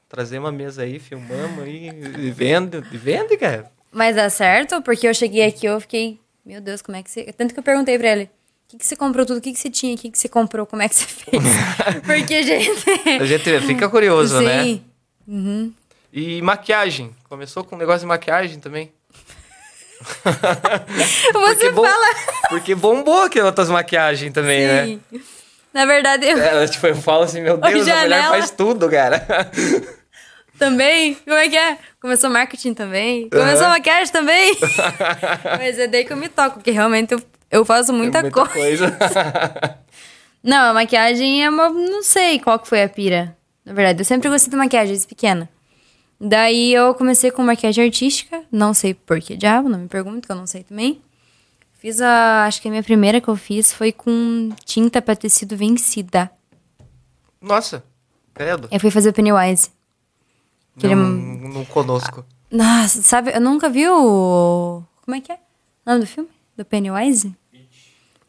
Trazer uma mesa aí, filmamos aí, e vende, e vende, cara. Mas dá certo, porque eu cheguei aqui eu fiquei, meu Deus, como é que você. Tanto que eu perguntei pra ele: o que, que você comprou tudo? O que, que você tinha? O que, que você comprou? Como é que você fez? porque, A gente. gente fica curioso, né? Sim. E maquiagem. Começou com um negócio de maquiagem também. Você bom- fala. Porque bombou aquelas tuas maquiagens também, né? Sim. assim. Na verdade, eu É, tipo, eu falo assim, meu Deus, a mulher janela. faz tudo, cara. também. Como é que é? Começou marketing também. Começou Aham. maquiagem também. Mas é daí que eu me toco, porque realmente eu, eu faço muita, É coisa. Não, a maquiagem é uma. Não sei qual que foi a pira. Na verdade, eu sempre gostei de maquiagem, desde pequena. Daí eu comecei com maquiagem artística, não sei por que diabo, não me pergunto, que eu não sei também. Fiz a. Acho que a minha primeira que eu fiz foi com tinta pra tecido vencida. Nossa, credo. Eu fui fazer o Pennywise. que ele é não, um- não conosco. Nossa, sabe, eu nunca vi o. Como é que é? O nome do filme? Do Pennywise?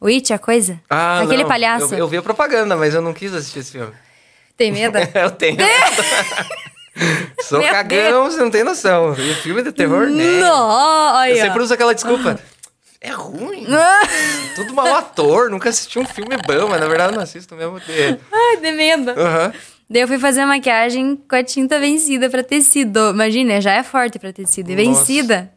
O It, a coisa? Ah, Aquele não. palhaço. Eu, É eu vi a propaganda, mas eu não quis assistir esse filme. Tem medo? eu tenho. Sou Meu cagão, você não tem noção. E filme de terror, né? não, olha. Eu sempre uso aquela desculpa. É ruim. Tudo mal ator. Nunca assisti um filme bom, mas na verdade eu não assisto mesmo. de- Ai, de medo. Aham. Ah, tá Daí eu fui fazer a maquiagem com a tinta vencida pra tecido. Imagina, já é forte pra tecido. E Nossa. vencida.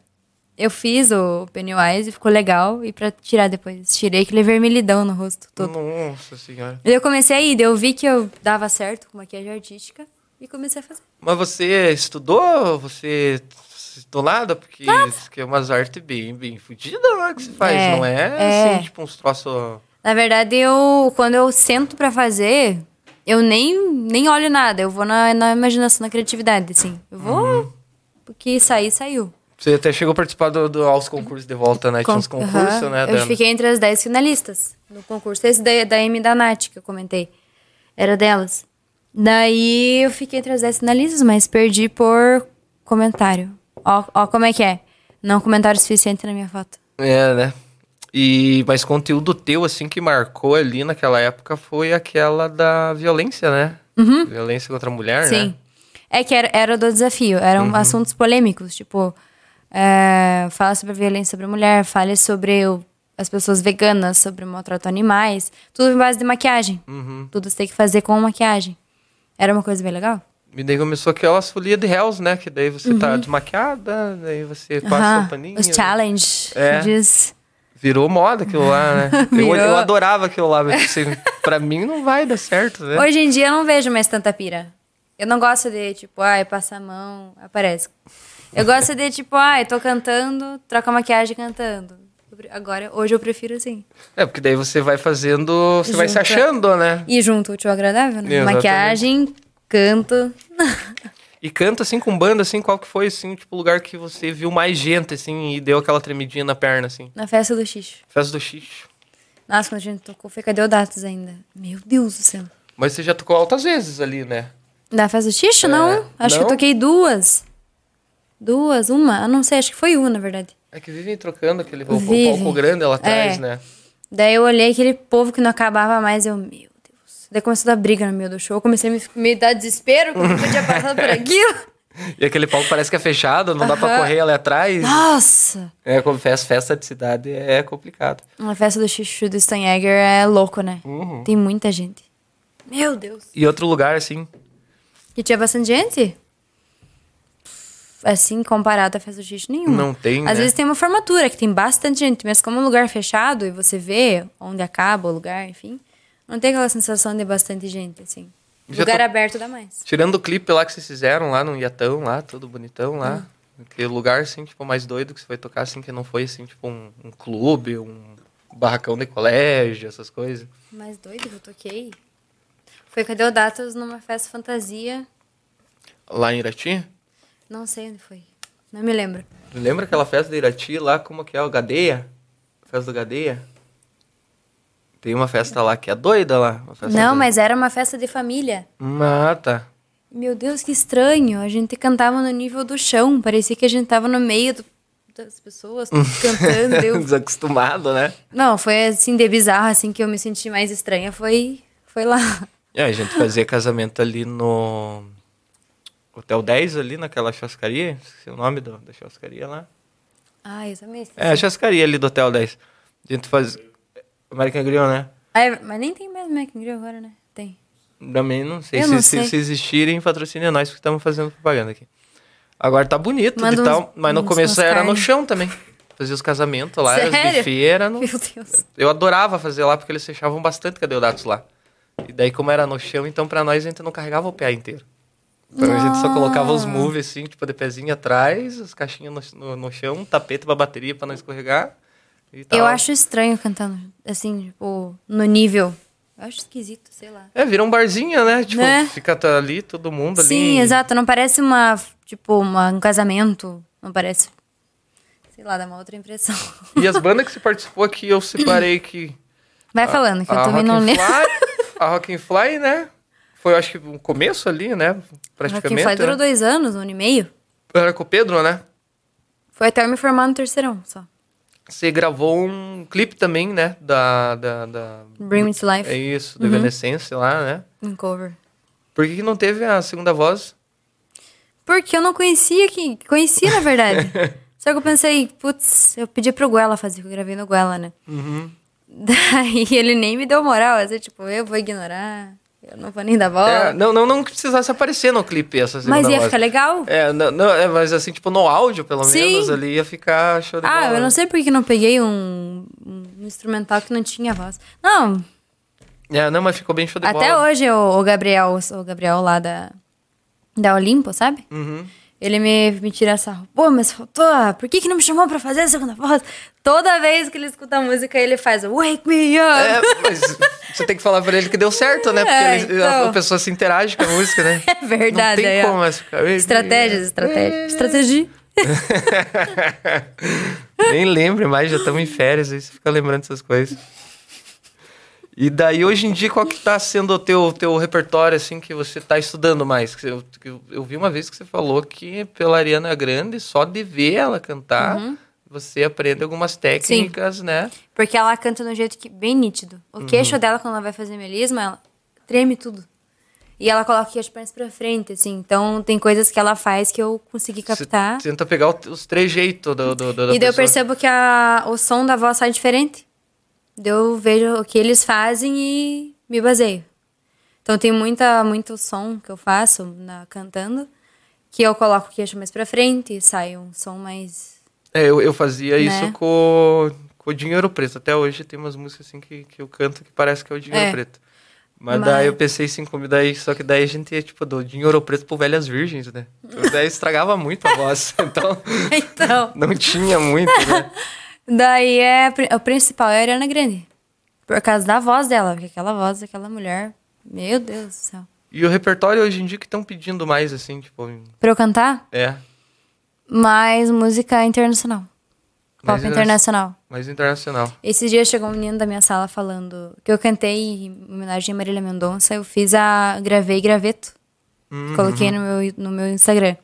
Eu fiz o Pennywise, ficou legal. E pra tirar depois, tirei aquele vermelhidão no rosto Hum. todo. Nossa senhora. Daí eu comecei a ir, daí eu vi que eu dava certo com maquiagem artística. E comecei a fazer. Mas você estudou? Você estudou nada? Porque isso que é umas artes bem, bem fodidas lá que se faz, É, não é? é. Assim, tipo uns troços... Na verdade, eu quando eu sento pra fazer, eu nem, nem olho nada. Eu vou na, na imaginação, na criatividade, assim. Eu vou... O que sair, saiu. Você até chegou a participar do, do- aos concursos de volta, né? Tinha uns Con- concursos, Aham. né? Eu Dan? fiquei entre as 10 finalistas no concurso. Esse da, da M da Nath, que eu comentei. Era delas. Daí eu fiquei entre as 10 finalistas, mas perdi por comentário. Ó, ó como é que é. Não comentário suficiente na minha foto. É, né? E, mas conteúdo teu, assim, que marcou ali naquela época foi aquela da violência, né? Violência contra a mulher, Uhum. Sim. né? É que era, era do desafio. Eram assuntos polêmicos, tipo... é, fala sobre a violência sobre a mulher, fale sobre o- as pessoas veganas, sobre o maltrato a animais. Tudo em base de maquiagem. Tudo você tem que fazer com maquiagem. Era uma coisa bem legal. E daí começou aquelas folia de réus, né? Que daí você tá desmaquiada, daí você passa Uhum. Aham, o paninho. Os challenge. É. Diz. Virou moda aquilo lá, né? Eu, Virou. eu adorava aquilo lá, mas assim, pra mim não vai dar certo, né? Hoje em dia eu não vejo mais tanta pira. Eu não gosto de, tipo, ai, passa a mão, aparece. Eu gosto de, tipo, ai, tô cantando, troca a maquiagem cantando. Eu pre- Agora, hoje eu prefiro assim. É, porque daí você vai fazendo, você vai se Junta. achando, né? E junto o útil ao agradável, né? Exatamente. Maquiagem, canto. E canta assim com banda, assim, qual que foi, assim, tipo, o lugar que você viu mais gente, assim, e deu aquela tremidinha na perna, assim? Na festa do xixo. Festa do Xixo. Nossa, quando a gente tocou, foi cadê o Datos ainda? Meu Deus do céu. Mas você já tocou altas vezes ali, né? Na festa do xixo, É, não? Acho que não? eu toquei duas. Duas, uma? Ah, não sei, acho que foi uma, na verdade. É que vivem trocando aquele o- o Vive. palco grande lá atrás, É. né? Daí eu olhei aquele povo que não acabava mais, eu, meu Deus. Daí começou a dar briga no meio do show, eu comecei a me, me dar desespero, que eu não podia passar por aquilo. E aquele palco parece que é fechado, não dá pra Aham. correr ali atrás. Nossa! É, como festa, festa de cidade é complicado. A festa do Xixu do Steinegger é louco, né? Uhum. Tem muita gente. Meu Deus! E outro lugar, assim, E tinha bastante gente? Assim, comparado à festa do Xixu, nenhuma. não tem, Às né? vezes tem uma formatura que tem bastante gente, mas como é um lugar fechado e você vê onde acaba o lugar, enfim, não tem aquela sensação de bastante gente, assim. Já tá- lugar tô- aberto dá mais. Tirando o clipe lá que vocês fizeram lá no Iatão, lá, todo bonitão lá. Ah. Aquele lugar, assim, tipo, mais doido que você foi tocar, assim, que não foi, assim, tipo, um, um clube, um barracão de colégio, essas coisas. Mais doido que eu toquei. Foi cadê o Datos numa festa fantasia? Lá em Irati? Não sei onde foi. Não me lembro. Lembra aquela festa de Irati lá, como que é? O Gadeia? Festa do Gadeia? Tem uma festa lá que é doida lá. Uma festa Não, do- mas era uma festa de família. Ah, tá. Meu Deus, que estranho. A gente cantava no nível do chão. Parecia que a gente tava no meio do- das pessoas cantando. Eu- Desacostumado, né? Não, foi assim de bizarro, assim, que eu me senti mais estranha. Foi, foi lá. É, a gente fazia casamento ali no Hotel 10, ali naquela churrascaria. Esqueci o nome do- da churrascaria lá. Ai, Ah, eu também esqueci. É, a churrascaria ali do Hotel 10. A gente faz... American Grill, né? Ai, mas nem tem mais Mac Grill agora, né? Tem. Também não sei. Eu Se, não se- sei. se existirem, patrocina nós, porque estamos fazendo propaganda aqui. Agora tá bonito Manda e uns- tal, mas no uns- começo umas era no carnes. chão também. Fazia os casamentos lá, as Sério? buffet era no... Meu Deus. Eu adorava fazer lá, porque eles fechavam bastante cadeirodatos lá. E daí, como era no chão, então pra nós a gente não carregava o pé inteiro. Então a gente só colocava os moves assim, tipo de pezinho atrás, as caixinhas no, no, no chão, um tapete pra bateria pra não escorregar. e tal. Eu acho estranho cantando, assim, tipo, no nível Eu acho esquisito, sei lá. É, vira um barzinho, né? Tipo, Né? fica tá ali todo mundo ali. Sim, exato. Não parece uma, tipo, uma- um casamento. Não parece. Sei lá, dá uma outra impressão. E as bandas que você participou aqui, eu separei que... Vai falando, que eu a também Ah, Rock não and lembro. Fly- A Rock and Fly, né? Foi, eu acho que, um começo ali, né? Praticamente. Fly durou né? dois anos, um ano e meio. Era com o Pedro, né? Foi até eu me formar no terceirão, só. Você gravou um clipe também, né? Da... da, da... Bring Me to Life, É isso, do Uhum. Evanescence lá, né? um cover. Por que, que não teve a segunda voz? Porque eu não conhecia quem. Conhecia, na verdade. Só que eu pensei, putz, eu pedi pro Guela fazer, que eu gravei no Guela, né? Daí ele nem me deu moral, assim, tipo, eu vou ignorar, eu não vou nem dar bola. É, não, não, não que precisasse aparecer no clipe essa segunda Mas ia voz. ficar legal. É, não, não, é, mas assim, tipo, no áudio, pelo Sim. menos, ali ia ficar show de Ah, bola. eu não sei por que não peguei um, um instrumental que não tinha voz. Não, É, não, mas ficou bem show de até bola. hoje o, o Gabriel, o Gabriel lá da, da Olimpo, sabe? Uhum. Ele me, me tira essa roupa. Pô, mas faltou. Por que, que não me chamou pra fazer a segunda voz? Toda vez que ele escuta a música, ele faz Wake Me É, Up. mas você tem que falar pra ele que deu certo, né? Porque É, ele- então. a pessoa se interage com a música, né? É, verdade. Não tem é, ó. como né? É. essa ficar. Estratégias, estratégias. Estratégia. Nem lembro mais, já estamos em férias, aí você fica lembrando dessas coisas. E daí, hoje em dia, qual que tá sendo o teu, teu repertório, assim, que você tá estudando mais? Que eu, que eu- eu vi uma vez que você falou que pela Ariana Grande, só de ver ela cantar, Uhum. você aprende algumas técnicas, né? Porque ela canta de um jeito que, bem nítido. Uhum. O queixo dela, quando ela vai fazer melisma, ela treme tudo. E ela coloca o queixo pra pra frente, assim. Então, tem coisas que ela faz que eu consegui captar. Você tenta pegar o- os trejeitos do, do, do, da tá. E daí eu pessoa. percebo que a- o som da voz sai diferente. Daí eu vejo o que eles fazem e me baseio. Então tem muita, muito som que eu faço na, cantando, que eu coloco o queixo mais pra frente e sai um som mais. É, eu, eu fazia Né? isso com, com o Dinheiro Preto. Até hoje tem umas músicas assim que, que eu canto que parece que é o Dinheiro É. Preto. Mas, Mas- daí eu pensei assim, como daí, só que daí a gente ia, tipo, do Dinheiro Preto pro Velhas Virgens, né? Então, daí estragava muito a voz. Então, Então, não tinha muito, né? daí é. pri- O principal é a Ariana Grande. Por causa da voz dela, porque aquela voz daquela mulher. Meu Deus do céu. E o repertório hoje em dia que estão pedindo mais, assim, tipo, Pra eu cantar, é. mais música internacional. Pop Mais interna- internacional. Mais internacional. Esses dias chegou um menino da minha sala falando que eu cantei em homenagem a Marília Mendonça, eu fiz a gravei graveto. Uhum. Coloquei no meu, no meu Instagram.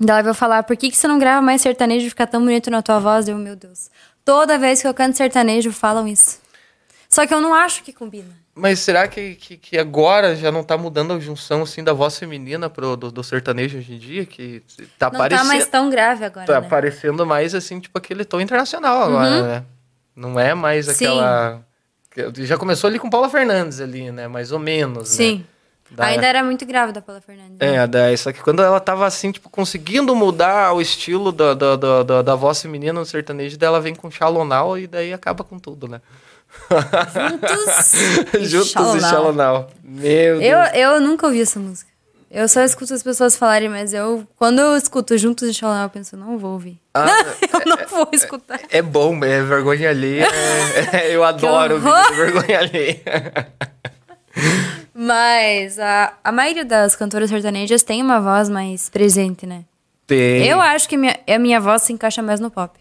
Daí ela veio falar, por que, que você não grava mais sertanejo e fica tão bonito na tua voz? Eu, meu Deus. Toda vez que eu canto sertanejo, falam isso. Só que eu não acho que combina. Mas será que, que, que agora já não tá mudando a junção, assim, da voz feminina pro, do, do sertanejo hoje em dia? Que tá não parecendo... tá mais tão grave agora, Tá né? Uhum. parecendo mais assim, tipo aquele tom internacional agora, né? Não é mais Sim. aquela. que- Já começou ali com Paula Fernandes ali, né? Mais ou menos. Sim. Né? Da- Ainda era muito grávida pela Fernandes. né? É, daí, só que quando ela tava assim, tipo, conseguindo mudar o estilo da, da, da, da, da voz feminina no sertanejo, daí ela vem com Shalonal e daí acaba com tudo, né? Juntos. Juntos e Shalonau. Shalonal. Meu Eu, Deus. eu nunca ouvi essa música. Eu só escuto as pessoas falarem, mas eu, quando eu escuto Juntos de Xalão, eu penso, não vou ouvir. Ah, eu não vou escutar. É bom, é vergonha alheia. é- eu adoro o vídeo horror. de vergonha alheia. Mas a, a maioria das cantoras sertanejas tem uma voz mais presente, né? Tem. Eu acho que minha, a minha voz se encaixa mais no pop.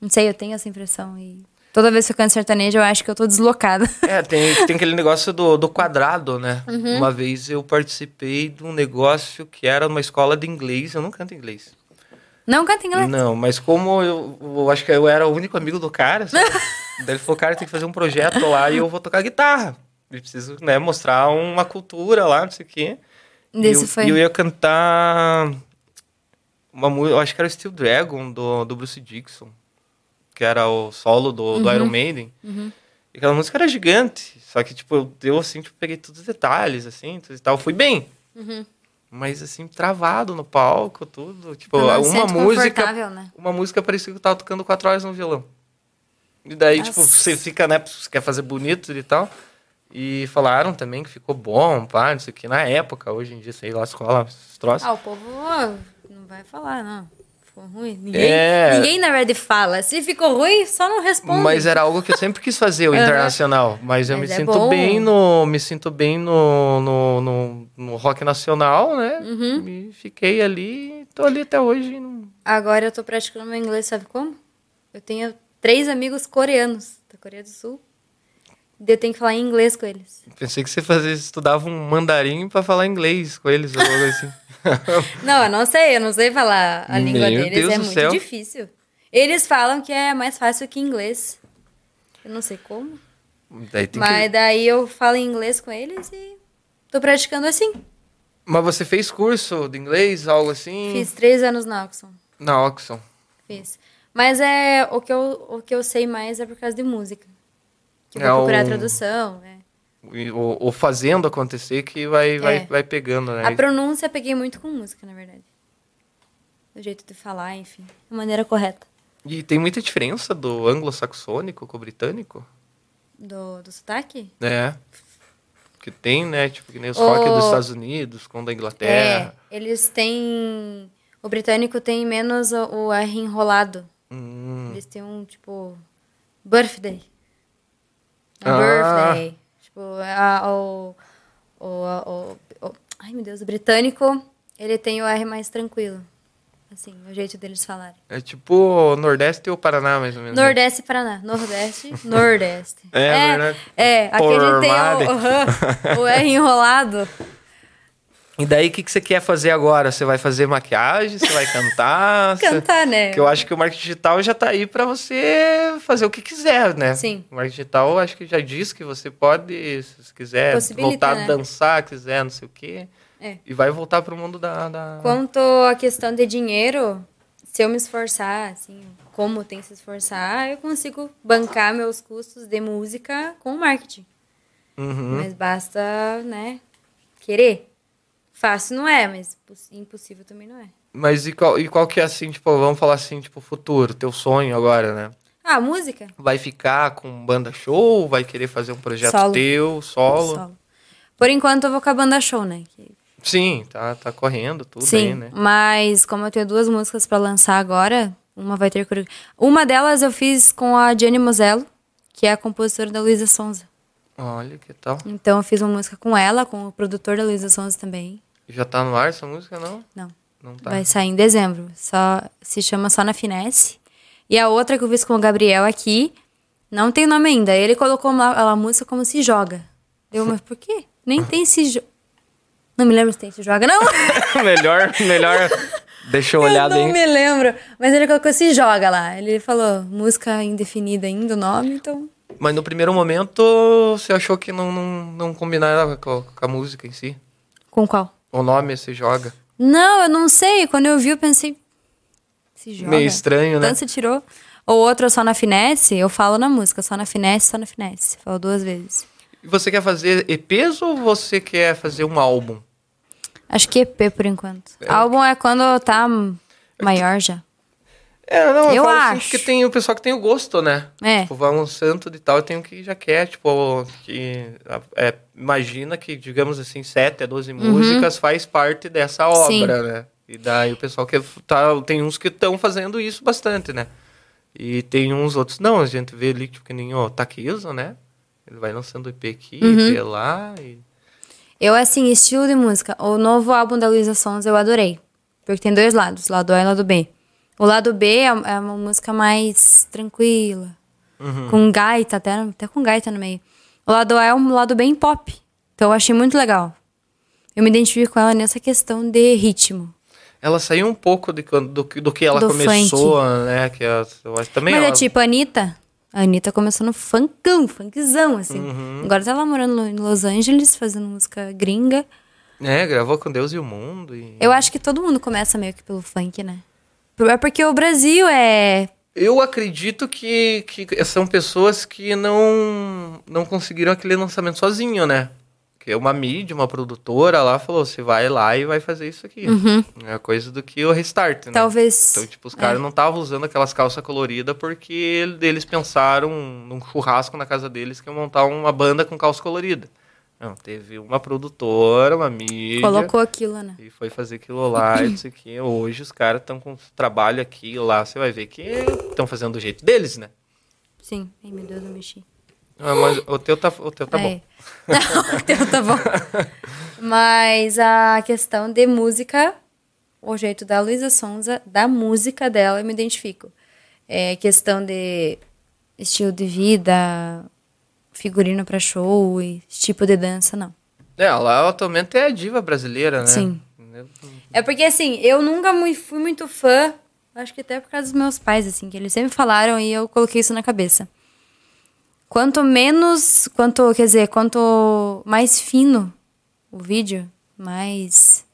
Não sei, eu tenho essa impressão. E toda vez que eu canto sertanejo, eu acho que eu tô deslocada. É, tem, tem aquele negócio do, do quadrado, né? Uma vez eu participei de um negócio que era uma escola de inglês. Eu não canto inglês. Não canta inglês. Não, mas como eu, eu acho que eu era o único amigo do cara, sabe? Daí ele falou, cara, tem que fazer um projeto lá e eu vou tocar guitarra. E preciso, né, mostrar uma cultura lá, não sei o quê. E Desse eu, foi. e eu ia cantar uma música, eu acho que era Steel Dragon, do, do Bruce Dixon, que era o solo do, do Uhum. Iron Maiden. E aquela música era gigante, só que, tipo, eu, eu assim, tipo, peguei todos os detalhes, assim, tudo e tal, fui bem. Uhum. Mas, assim, travado no palco, tudo. Tipo, Não me uma sinto música, confortável, um né? uma música parecia que eu tava tocando quatro horas no violão. E daí, Nossa. tipo, você fica, né? Você quer fazer bonito e tal. E falaram também que ficou bom, pá, não sei o que. Na época, hoje em dia, sei lá, escola, esses troços. Ah, o povo ó, não vai ah, falar, não. ficou ruim? Ninguém, É. ninguém, na verdade, fala. Se ficou ruim, só não responde. Mas é- era algo que eu sempre quis fazer, o Aham. internacional. Mas eu Mas me é sinto bom. bem no. Me sinto bem no, no, no, no rock nacional, né? Uhum. E fiquei ali, tô ali até hoje. não- Agora eu tô praticando meu inglês, sabe como? Eu tenho três amigos coreanos da Coreia do Sul. Daí Eu tenho que falar em inglês com eles. Pensei que você fazia, estudava um mandarim pra falar inglês com eles, ou algo assim. Não, eu não sei, eu não sei falar a língua Meu deles, Deus é do muito céu. difícil. Eles falam que é mais fácil que inglês. Eu não sei como. Daí tem que- Mas daí eu falo em inglês com eles e tô praticando assim. Mas você fez curso de inglês, algo assim? Fiz três anos na Oxford. Na Oxon. Fiz. Mas é o que, eu, o que eu sei mais é por causa de música. Que eu É vou procurar um- a tradução, né? E o- Ou fazendo acontecer que vai, vai, É. vai pegando, né? A pronúncia eu peguei muito com música, na verdade. O jeito de falar, enfim. A maneira correta E tem muita diferença do anglo-saxônico com o britânico? do, do sotaque. É. Que tem, né? Tipo, que nem os O- rock dos Estados Unidos, com o da Inglaterra. É, Eles têm. O britânico tem menos o, o R enrolado. Hum. Eles têm um, tipo. Birthday. A Ah. Birthday. Tipo, a- o, o, a- o, o- Ai, meu Deus, o britânico, ele tem o R mais tranquilo. Assim, o jeito deles falarem. É tipo o Nordeste ou Paraná, mais ou menos. né? Nordeste e Paraná. Nordeste, Nordeste. É, verdade. É, aqui a gente tem Formale. o, aham, o R enrolado. E daí, o que, que você quer fazer agora? Você vai fazer maquiagem? Você vai cantar? Você- Cantar, né? Porque eu acho que o marketing digital já tá aí pra você fazer o que quiser, né? Sim. O marketing digital eu acho que já diz que você pode, se você quiser, Possibilita, voltar a né? dançar, quiser, não sei o quê. É. E vai voltar pro mundo da. da- Quanto à questão de dinheiro, se eu me esforçar, assim, como tem que se esforçar, eu consigo bancar meus custos de música com marketing. Uhum. Mas basta, né, querer. Fácil não é, mas poss- impossível também não é. Mas e qual, e qual que é assim, tipo, vamos falar assim, tipo, futuro, teu sonho agora, né? Ah, música? Vai ficar com banda show? Vai querer fazer um projeto Solo. teu, solo? Por enquanto eu vou com a banda show, né? que- Sim, tá, tá correndo tudo Sim, aí, né? mas como eu tenho duas músicas pra lançar agora, uma vai ter coreografia. Uma delas eu fiz com a Jenny Mosello, que é a compositora da Luísa Sonza. Olha que tal. Então eu fiz uma música com ela, com o produtor da Luísa Sonza também. Já tá no ar essa música, não? Não, Não tá. vai sair em dezembro. Só se chama Só na Finesse. E a outra que eu fiz com o Gabriel aqui, não tem nome ainda. Ele colocou uma- a música como Se Joga. Eu, mas por quê? Nem tem Se Joga. Não me lembro se tem Se Joga, não! melhor, melhor. Deixa eu Eu olhar não bem. me lembro. Mas ele colocou se joga lá. Ele falou música indefinida ainda o nome, então. Mas no primeiro momento, você achou que não, não, não combinava com a, com a música em si? Com qual? O nome se joga. Não, eu não sei. Quando eu vi, eu pensei. Se joga. Meio estranho, né? Tanto se Então, tirou. Ou outra só na finesse, eu falo na música, só na finesse, só na finesse. Falo duas vezes. E você quer fazer EPs ou você quer fazer um álbum? Acho que EP por enquanto. Álbum é quando tá maior já. É, não, eu, Eu falo assim acho. porque tem o pessoal que tem o gosto, né? É. Tipo, vai um santo de tal e tem um que já quer, tipo, que é, imagina que, digamos assim, 7 a 12 músicas faz parte dessa obra, Uhum. Sim. né? E daí o pessoal que tá, tem uns que estão fazendo isso bastante, né? E tem uns outros, não, a gente vê ali, tipo, que nem o Taquizo, né? Ele vai lançando EP aqui, EP Uhum. lá, e... Eu, assim, estilo de música. O novo álbum da Luísa Sons eu adorei. Porque tem dois lados, lado A e lado B. O lado B é, é uma música mais tranquila. Com gaita, até, até com gaita no meio. O lado A é um lado bem pop. Então eu achei muito legal. Eu me identifico com ela nessa questão de ritmo. Ela saiu um pouco de quando- do, que- do que ela Do começou, né? Que ela- eu acho também Mas é ela- tipo a Anitta. A Anitta começou no funkão, funkzão, assim. Agora tá ela morando em Los Angeles, fazendo música gringa. É, gravou com Deus e o Mundo e... Eu acho que todo mundo começa meio que pelo funk, né? Por- É porque o Brasil é. Eu acredito que, que são pessoas que não, não conseguiram aquele lançamento sozinho, né? Que uma mídia, uma produtora lá falou, você vai lá e vai fazer isso aqui. É coisa do que o restart, né? Uhum. Talvez. é. Então, tipo, os caras não estavam usando aquelas calças coloridas porque eles pensaram num churrasco na casa deles que iam montar uma banda com calça colorida. Não, teve uma produtora, uma mídia. Colocou aquilo, né? E foi fazer aquilo lá, isso aqui. Hoje os caras estão com trabalho aqui e lá. Você vai ver que estão fazendo do jeito deles, né? Sim. Ai, meu Deus, eu mexi. Ah, Mas o teu tá, o teu tá bom. Aí. Não, o teu tá bom. Mas a questão de música, o jeito da Luísa Sonza, da música dela, eu me identifico. É questão de estilo de vida, figurino pra show e tipo de dança, não. É, ela atualmente é a diva brasileira, né? Sim. É porque, assim, eu nunca mui- fui muito fã, acho que até por causa dos meus pais, assim, que eles sempre falaram e eu coloquei isso na cabeça. Quanto menos, quanto, quer dizer, quanto mais fino o vídeo, mais,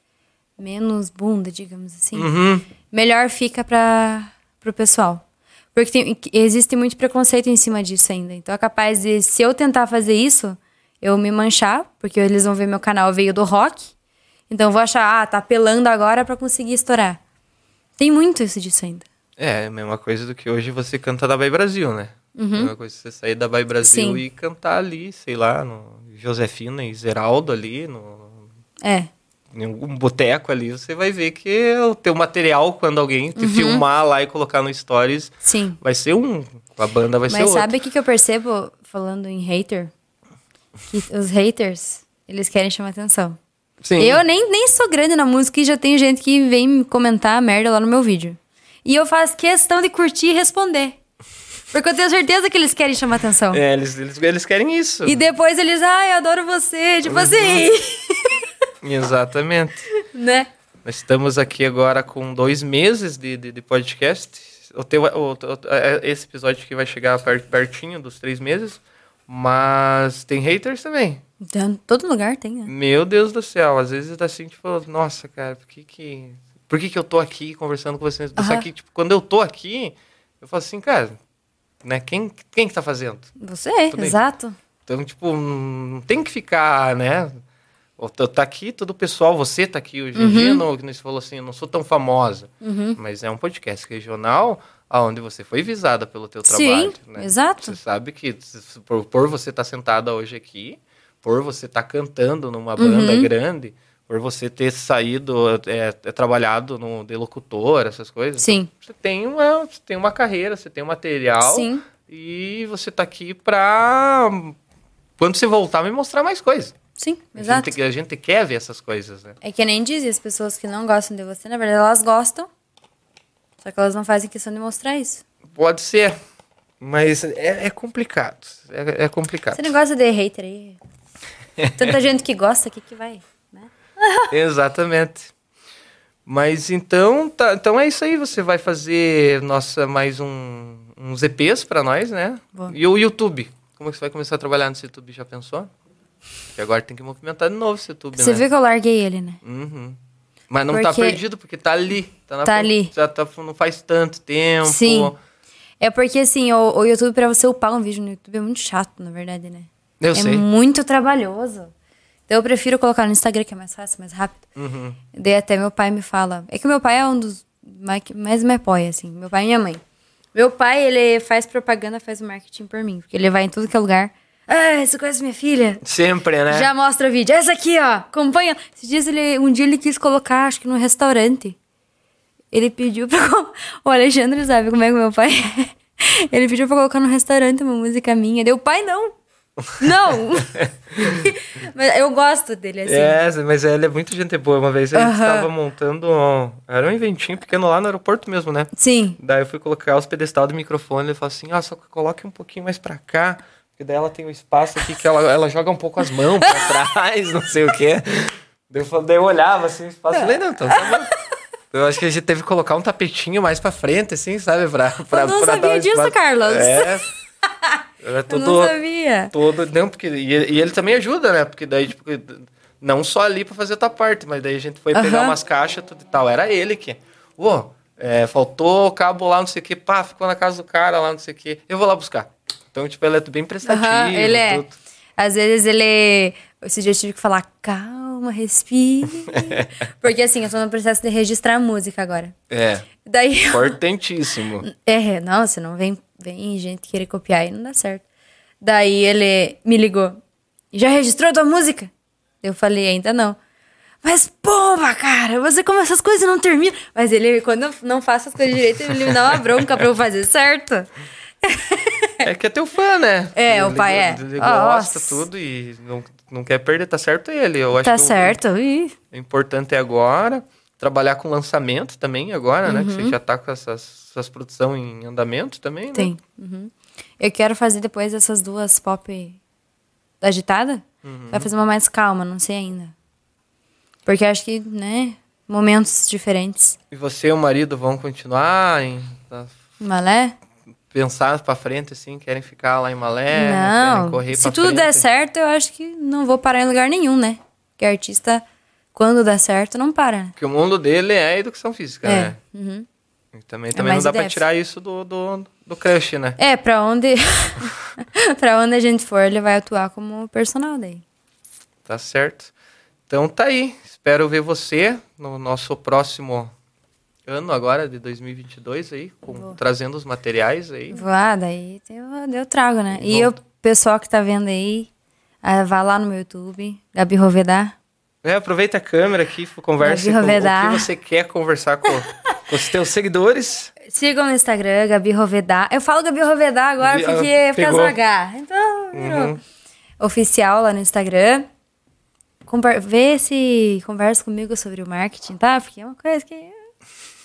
menos bunda, digamos assim, Uhum. melhor fica para pro pessoal. Porque tem- existe muito preconceito em cima disso ainda. Então é capaz de, se eu tentar fazer isso, eu me manchar, porque eles vão ver meu canal veio do rock. Então eu vou achar, ah, tá apelando agora pra conseguir estourar. Tem muito isso disso ainda. É, a mesma coisa do que hoje você canta da Bahia Brasil, né? É a mesma coisa você sair da Bahia Brasil Uhum. Sim. e cantar ali, sei lá, no Josefina e Zeraldo ali, no, É. em algum boteco ali, você vai ver que o teu material, quando alguém Uhum. te filmar lá e colocar no Stories, Sim. vai ser um, a banda vai ser Mas outra. sabe o que, que eu percebo falando em hater? Que os haters, eles querem chamar atenção. Sim. Eu nem, nem sou grande na música e já tem gente que vem me comentar merda lá no meu vídeo. E eu faço questão de curtir e responder. Porque eu tenho certeza que eles querem chamar atenção. É, eles, eles, eles querem isso. E depois eles, ai, eu adoro você, Uhum. tipo assim, Exatamente. né? Nós estamos aqui agora com dois meses de, de, de podcast. O teu, o- o- é esse episódio que vai chegar per- pertinho dos três meses. Mas tem haters também. Então, todo lugar tem, né? Meu Deus do céu. Às vezes tá assim, tipo, nossa, cara, por que que... Por que que eu tô aqui conversando com vocês? Só Aham. que, tipo, quando eu tô aqui, eu falo assim, cara, né, quem, quem que tá fazendo? Você, Tudo bem. exato. Então, tipo, não tem que ficar, né? Ou tá- Tá aqui todo o pessoal, você tá aqui hoje em Uhum. dia, não, que nós falou assim, eu não sou tão famosa. Mas é um podcast regional onde você foi visada pelo teu Sim, trabalho. né? exato. Você sabe que se- se- por, por você estar sentada hoje aqui, por você estar cantando numa banda Uhum. grande, por você ter saído, é, é, trabalhado no de locutor, essas coisas. Sim. Você tem uma, você tem uma carreira, você tem um material. Sim. E você tá aqui pra. Quando você voltar, me mostrar mais coisas. Sim, A exato. gente- A gente, quer ver essas coisas, né? É que nem dizem as pessoas que não gostam de você, na verdade elas gostam. Só que elas não fazem questão de mostrar isso. Pode ser. Mas é, é complicado. É, é complicado. Você não gosta de hater aí? Tanta gente que gosta, o que que vai, né? Exatamente. Mas então, tá- então é isso aí. Você vai fazer nossa mais um, uns EPs pra nós, né? Vou. E o YouTube. Como é que você vai começar a trabalhar nesse YouTube? Já pensou? Porque agora tem que movimentar de novo esse YouTube, Você né? viu que eu larguei ele, né? Uhum. Mas não tá Porque- perdido, porque tá ali. Tá, na Tá frente, ali. Já tá, não faz tanto tempo. Sim. É porque, assim, o, o YouTube, pra você upar um vídeo no YouTube, é muito chato, na verdade, né? Eu é sei. muito trabalhoso. Então, eu prefiro colocar no Instagram, que é mais fácil, mais rápido. Uhum. Daí até meu pai me fala... É que meu pai é um dos mais que mais me apoia, assim. Meu pai e minha mãe. Meu pai, ele faz propaganda, faz o marketing por mim. Porque ele vai em tudo que é lugar. Ah, você conhece minha filha? Sempre, né? Já mostra o vídeo. Essa aqui, ó. Acompanha. Esses dias ele, um dia ele quis colocar, acho que num restaurante. Ele pediu pra. co- O Alexandre sabe como é que meu pai é. Ele pediu pra colocar no restaurante uma música minha. Deu, pai, não! Não! Mas eu gosto dele, assim. É, mas ele é muito gente boa. Uma vez a gente Aham. tava montando. um- Era um inventinho pequeno lá no aeroporto mesmo, né? Sim. Daí eu fui colocar os pedestal do microfone. Ele falou assim: ah, só que coloque um pouquinho mais pra cá. Porque daí ela tem um espaço aqui que ela, ela joga um pouco as mãos pra trás, não sei o quê. Daí eu, fal- daí eu olhava assim o É. espaço e falei: não, então tá bom. Eu acho que a gente teve que colocar um tapetinho mais pra frente, assim, sabe? Pra, pra, não pra sabia dar um disso, espaço. Carlos. É. Era Eu tudo, não sabia. Todo, não, porque. E, ele- e ele também ajuda, né? Porque daí, tipo, não só ali pra fazer a tua parte, mas daí a gente foi pegar Aham. umas caixas tudo e tal. Era ele que. Ô, é, faltou o cabo lá, não sei o quê, pá, ficou na casa do cara lá, não sei o quê. Eu vou lá buscar. Então, tipo, ele é bem prestativo. Aham, ele é. tudo. Às vezes ele. Esse dia eu tive que falar, calma, respira. Porque assim, eu tô no processo de registrar a música agora. É, Daí eu- importantíssimo. É, nossa, não vem, vem gente querer copiar e não dá certo. Daí ele me ligou. Já registrou tua música? Eu falei, ainda não. Mas, pomba, cara, você começa as coisas e não termina. Mas ele, quando eu não faço as coisas direito, ele me dá uma bronca pra eu fazer certo. É que é teu fã, né? É, o Ele- pai é. Ele Ó, gosta nossa. tudo e não, não quer perder, tá certo ele. Eu acho Tá que o- certo? Ih. O importante é agora trabalhar com lançamento também agora, né? Que Uhum. você já tá com essas, essas produções em andamento também, né? Tem. Uhum. Eu quero fazer depois essas duas pop agitada. Uhum. Vai fazer uma mais calma, não sei ainda. Porque eu acho que, né, momentos diferentes. E você e o marido vão continuar em tá, Malé? pensar pra frente, assim, querem ficar lá em Malé, né? querem não. correr Se pra tudo frente. der certo, eu acho que não vou parar em lugar nenhum, né? Porque artista, quando dá certo, não para. né? Porque o mundo dele é educação física, É. né? Uhum. E também, também não mais dá pra dessa. tirar isso do, do, do crush, né? É, pra onde. pra onde a gente for, ele vai atuar como personal daí. Tá certo. Então tá aí. Espero ver você no nosso próximo ano agora de 2022 aí, com- trazendo os materiais aí. Vou lá, daí eu, eu trago, né? E o Volta. pessoal que tá vendo aí, ah, vá lá no meu YouTube, Gabi Rovedá. É, aproveita a câmera aqui, f- converse Davi com o Rovedá. que você quer conversar com, com os teus seguidores. Sigam no Instagram, Gabi Rovedá. Eu falo Gabi Rovedá agora Vi- ah, porque é por causa do pegou. H. Então, virou. Uhum. Oficial lá no Instagram. Compa- vê se conversa comigo sobre o marketing, tá? Porque é uma coisa que.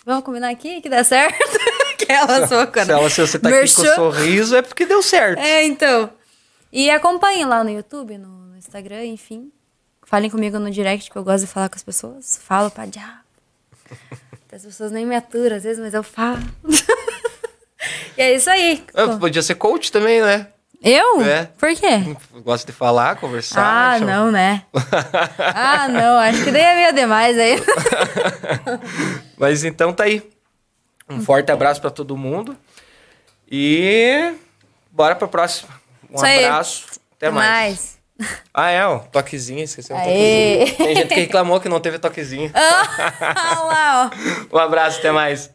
Vamos combinar aqui que dá certo. Aquela soca. Se, né? ela, se você tá aqui Merchan. com sorriso, é porque deu certo. É, então. E acompanhem lá no YouTube, no, no Instagram, enfim. Falem comigo no direct, que eu gosto de falar com as pessoas. Falo pra diabo. As pessoas nem me aturam às vezes, mas eu falo. e é isso aí. Ah, Podia ser coach também, né? Eu? É. Por quê? Gosta de falar, conversar. Ah, chama- não, né? ah, não. Acho que daí é meio demais aí. Mas então tá aí. Um forte abraço pra todo mundo. E bora pra próxima. Um Isso aí. abraço. Até, mais. Ah, é, ó. Toquezinho, esqueceu o Aê. toquezinho. Tem gente que reclamou que não teve toquezinho. Olha Ah, lá, ó. Um abraço, até mais.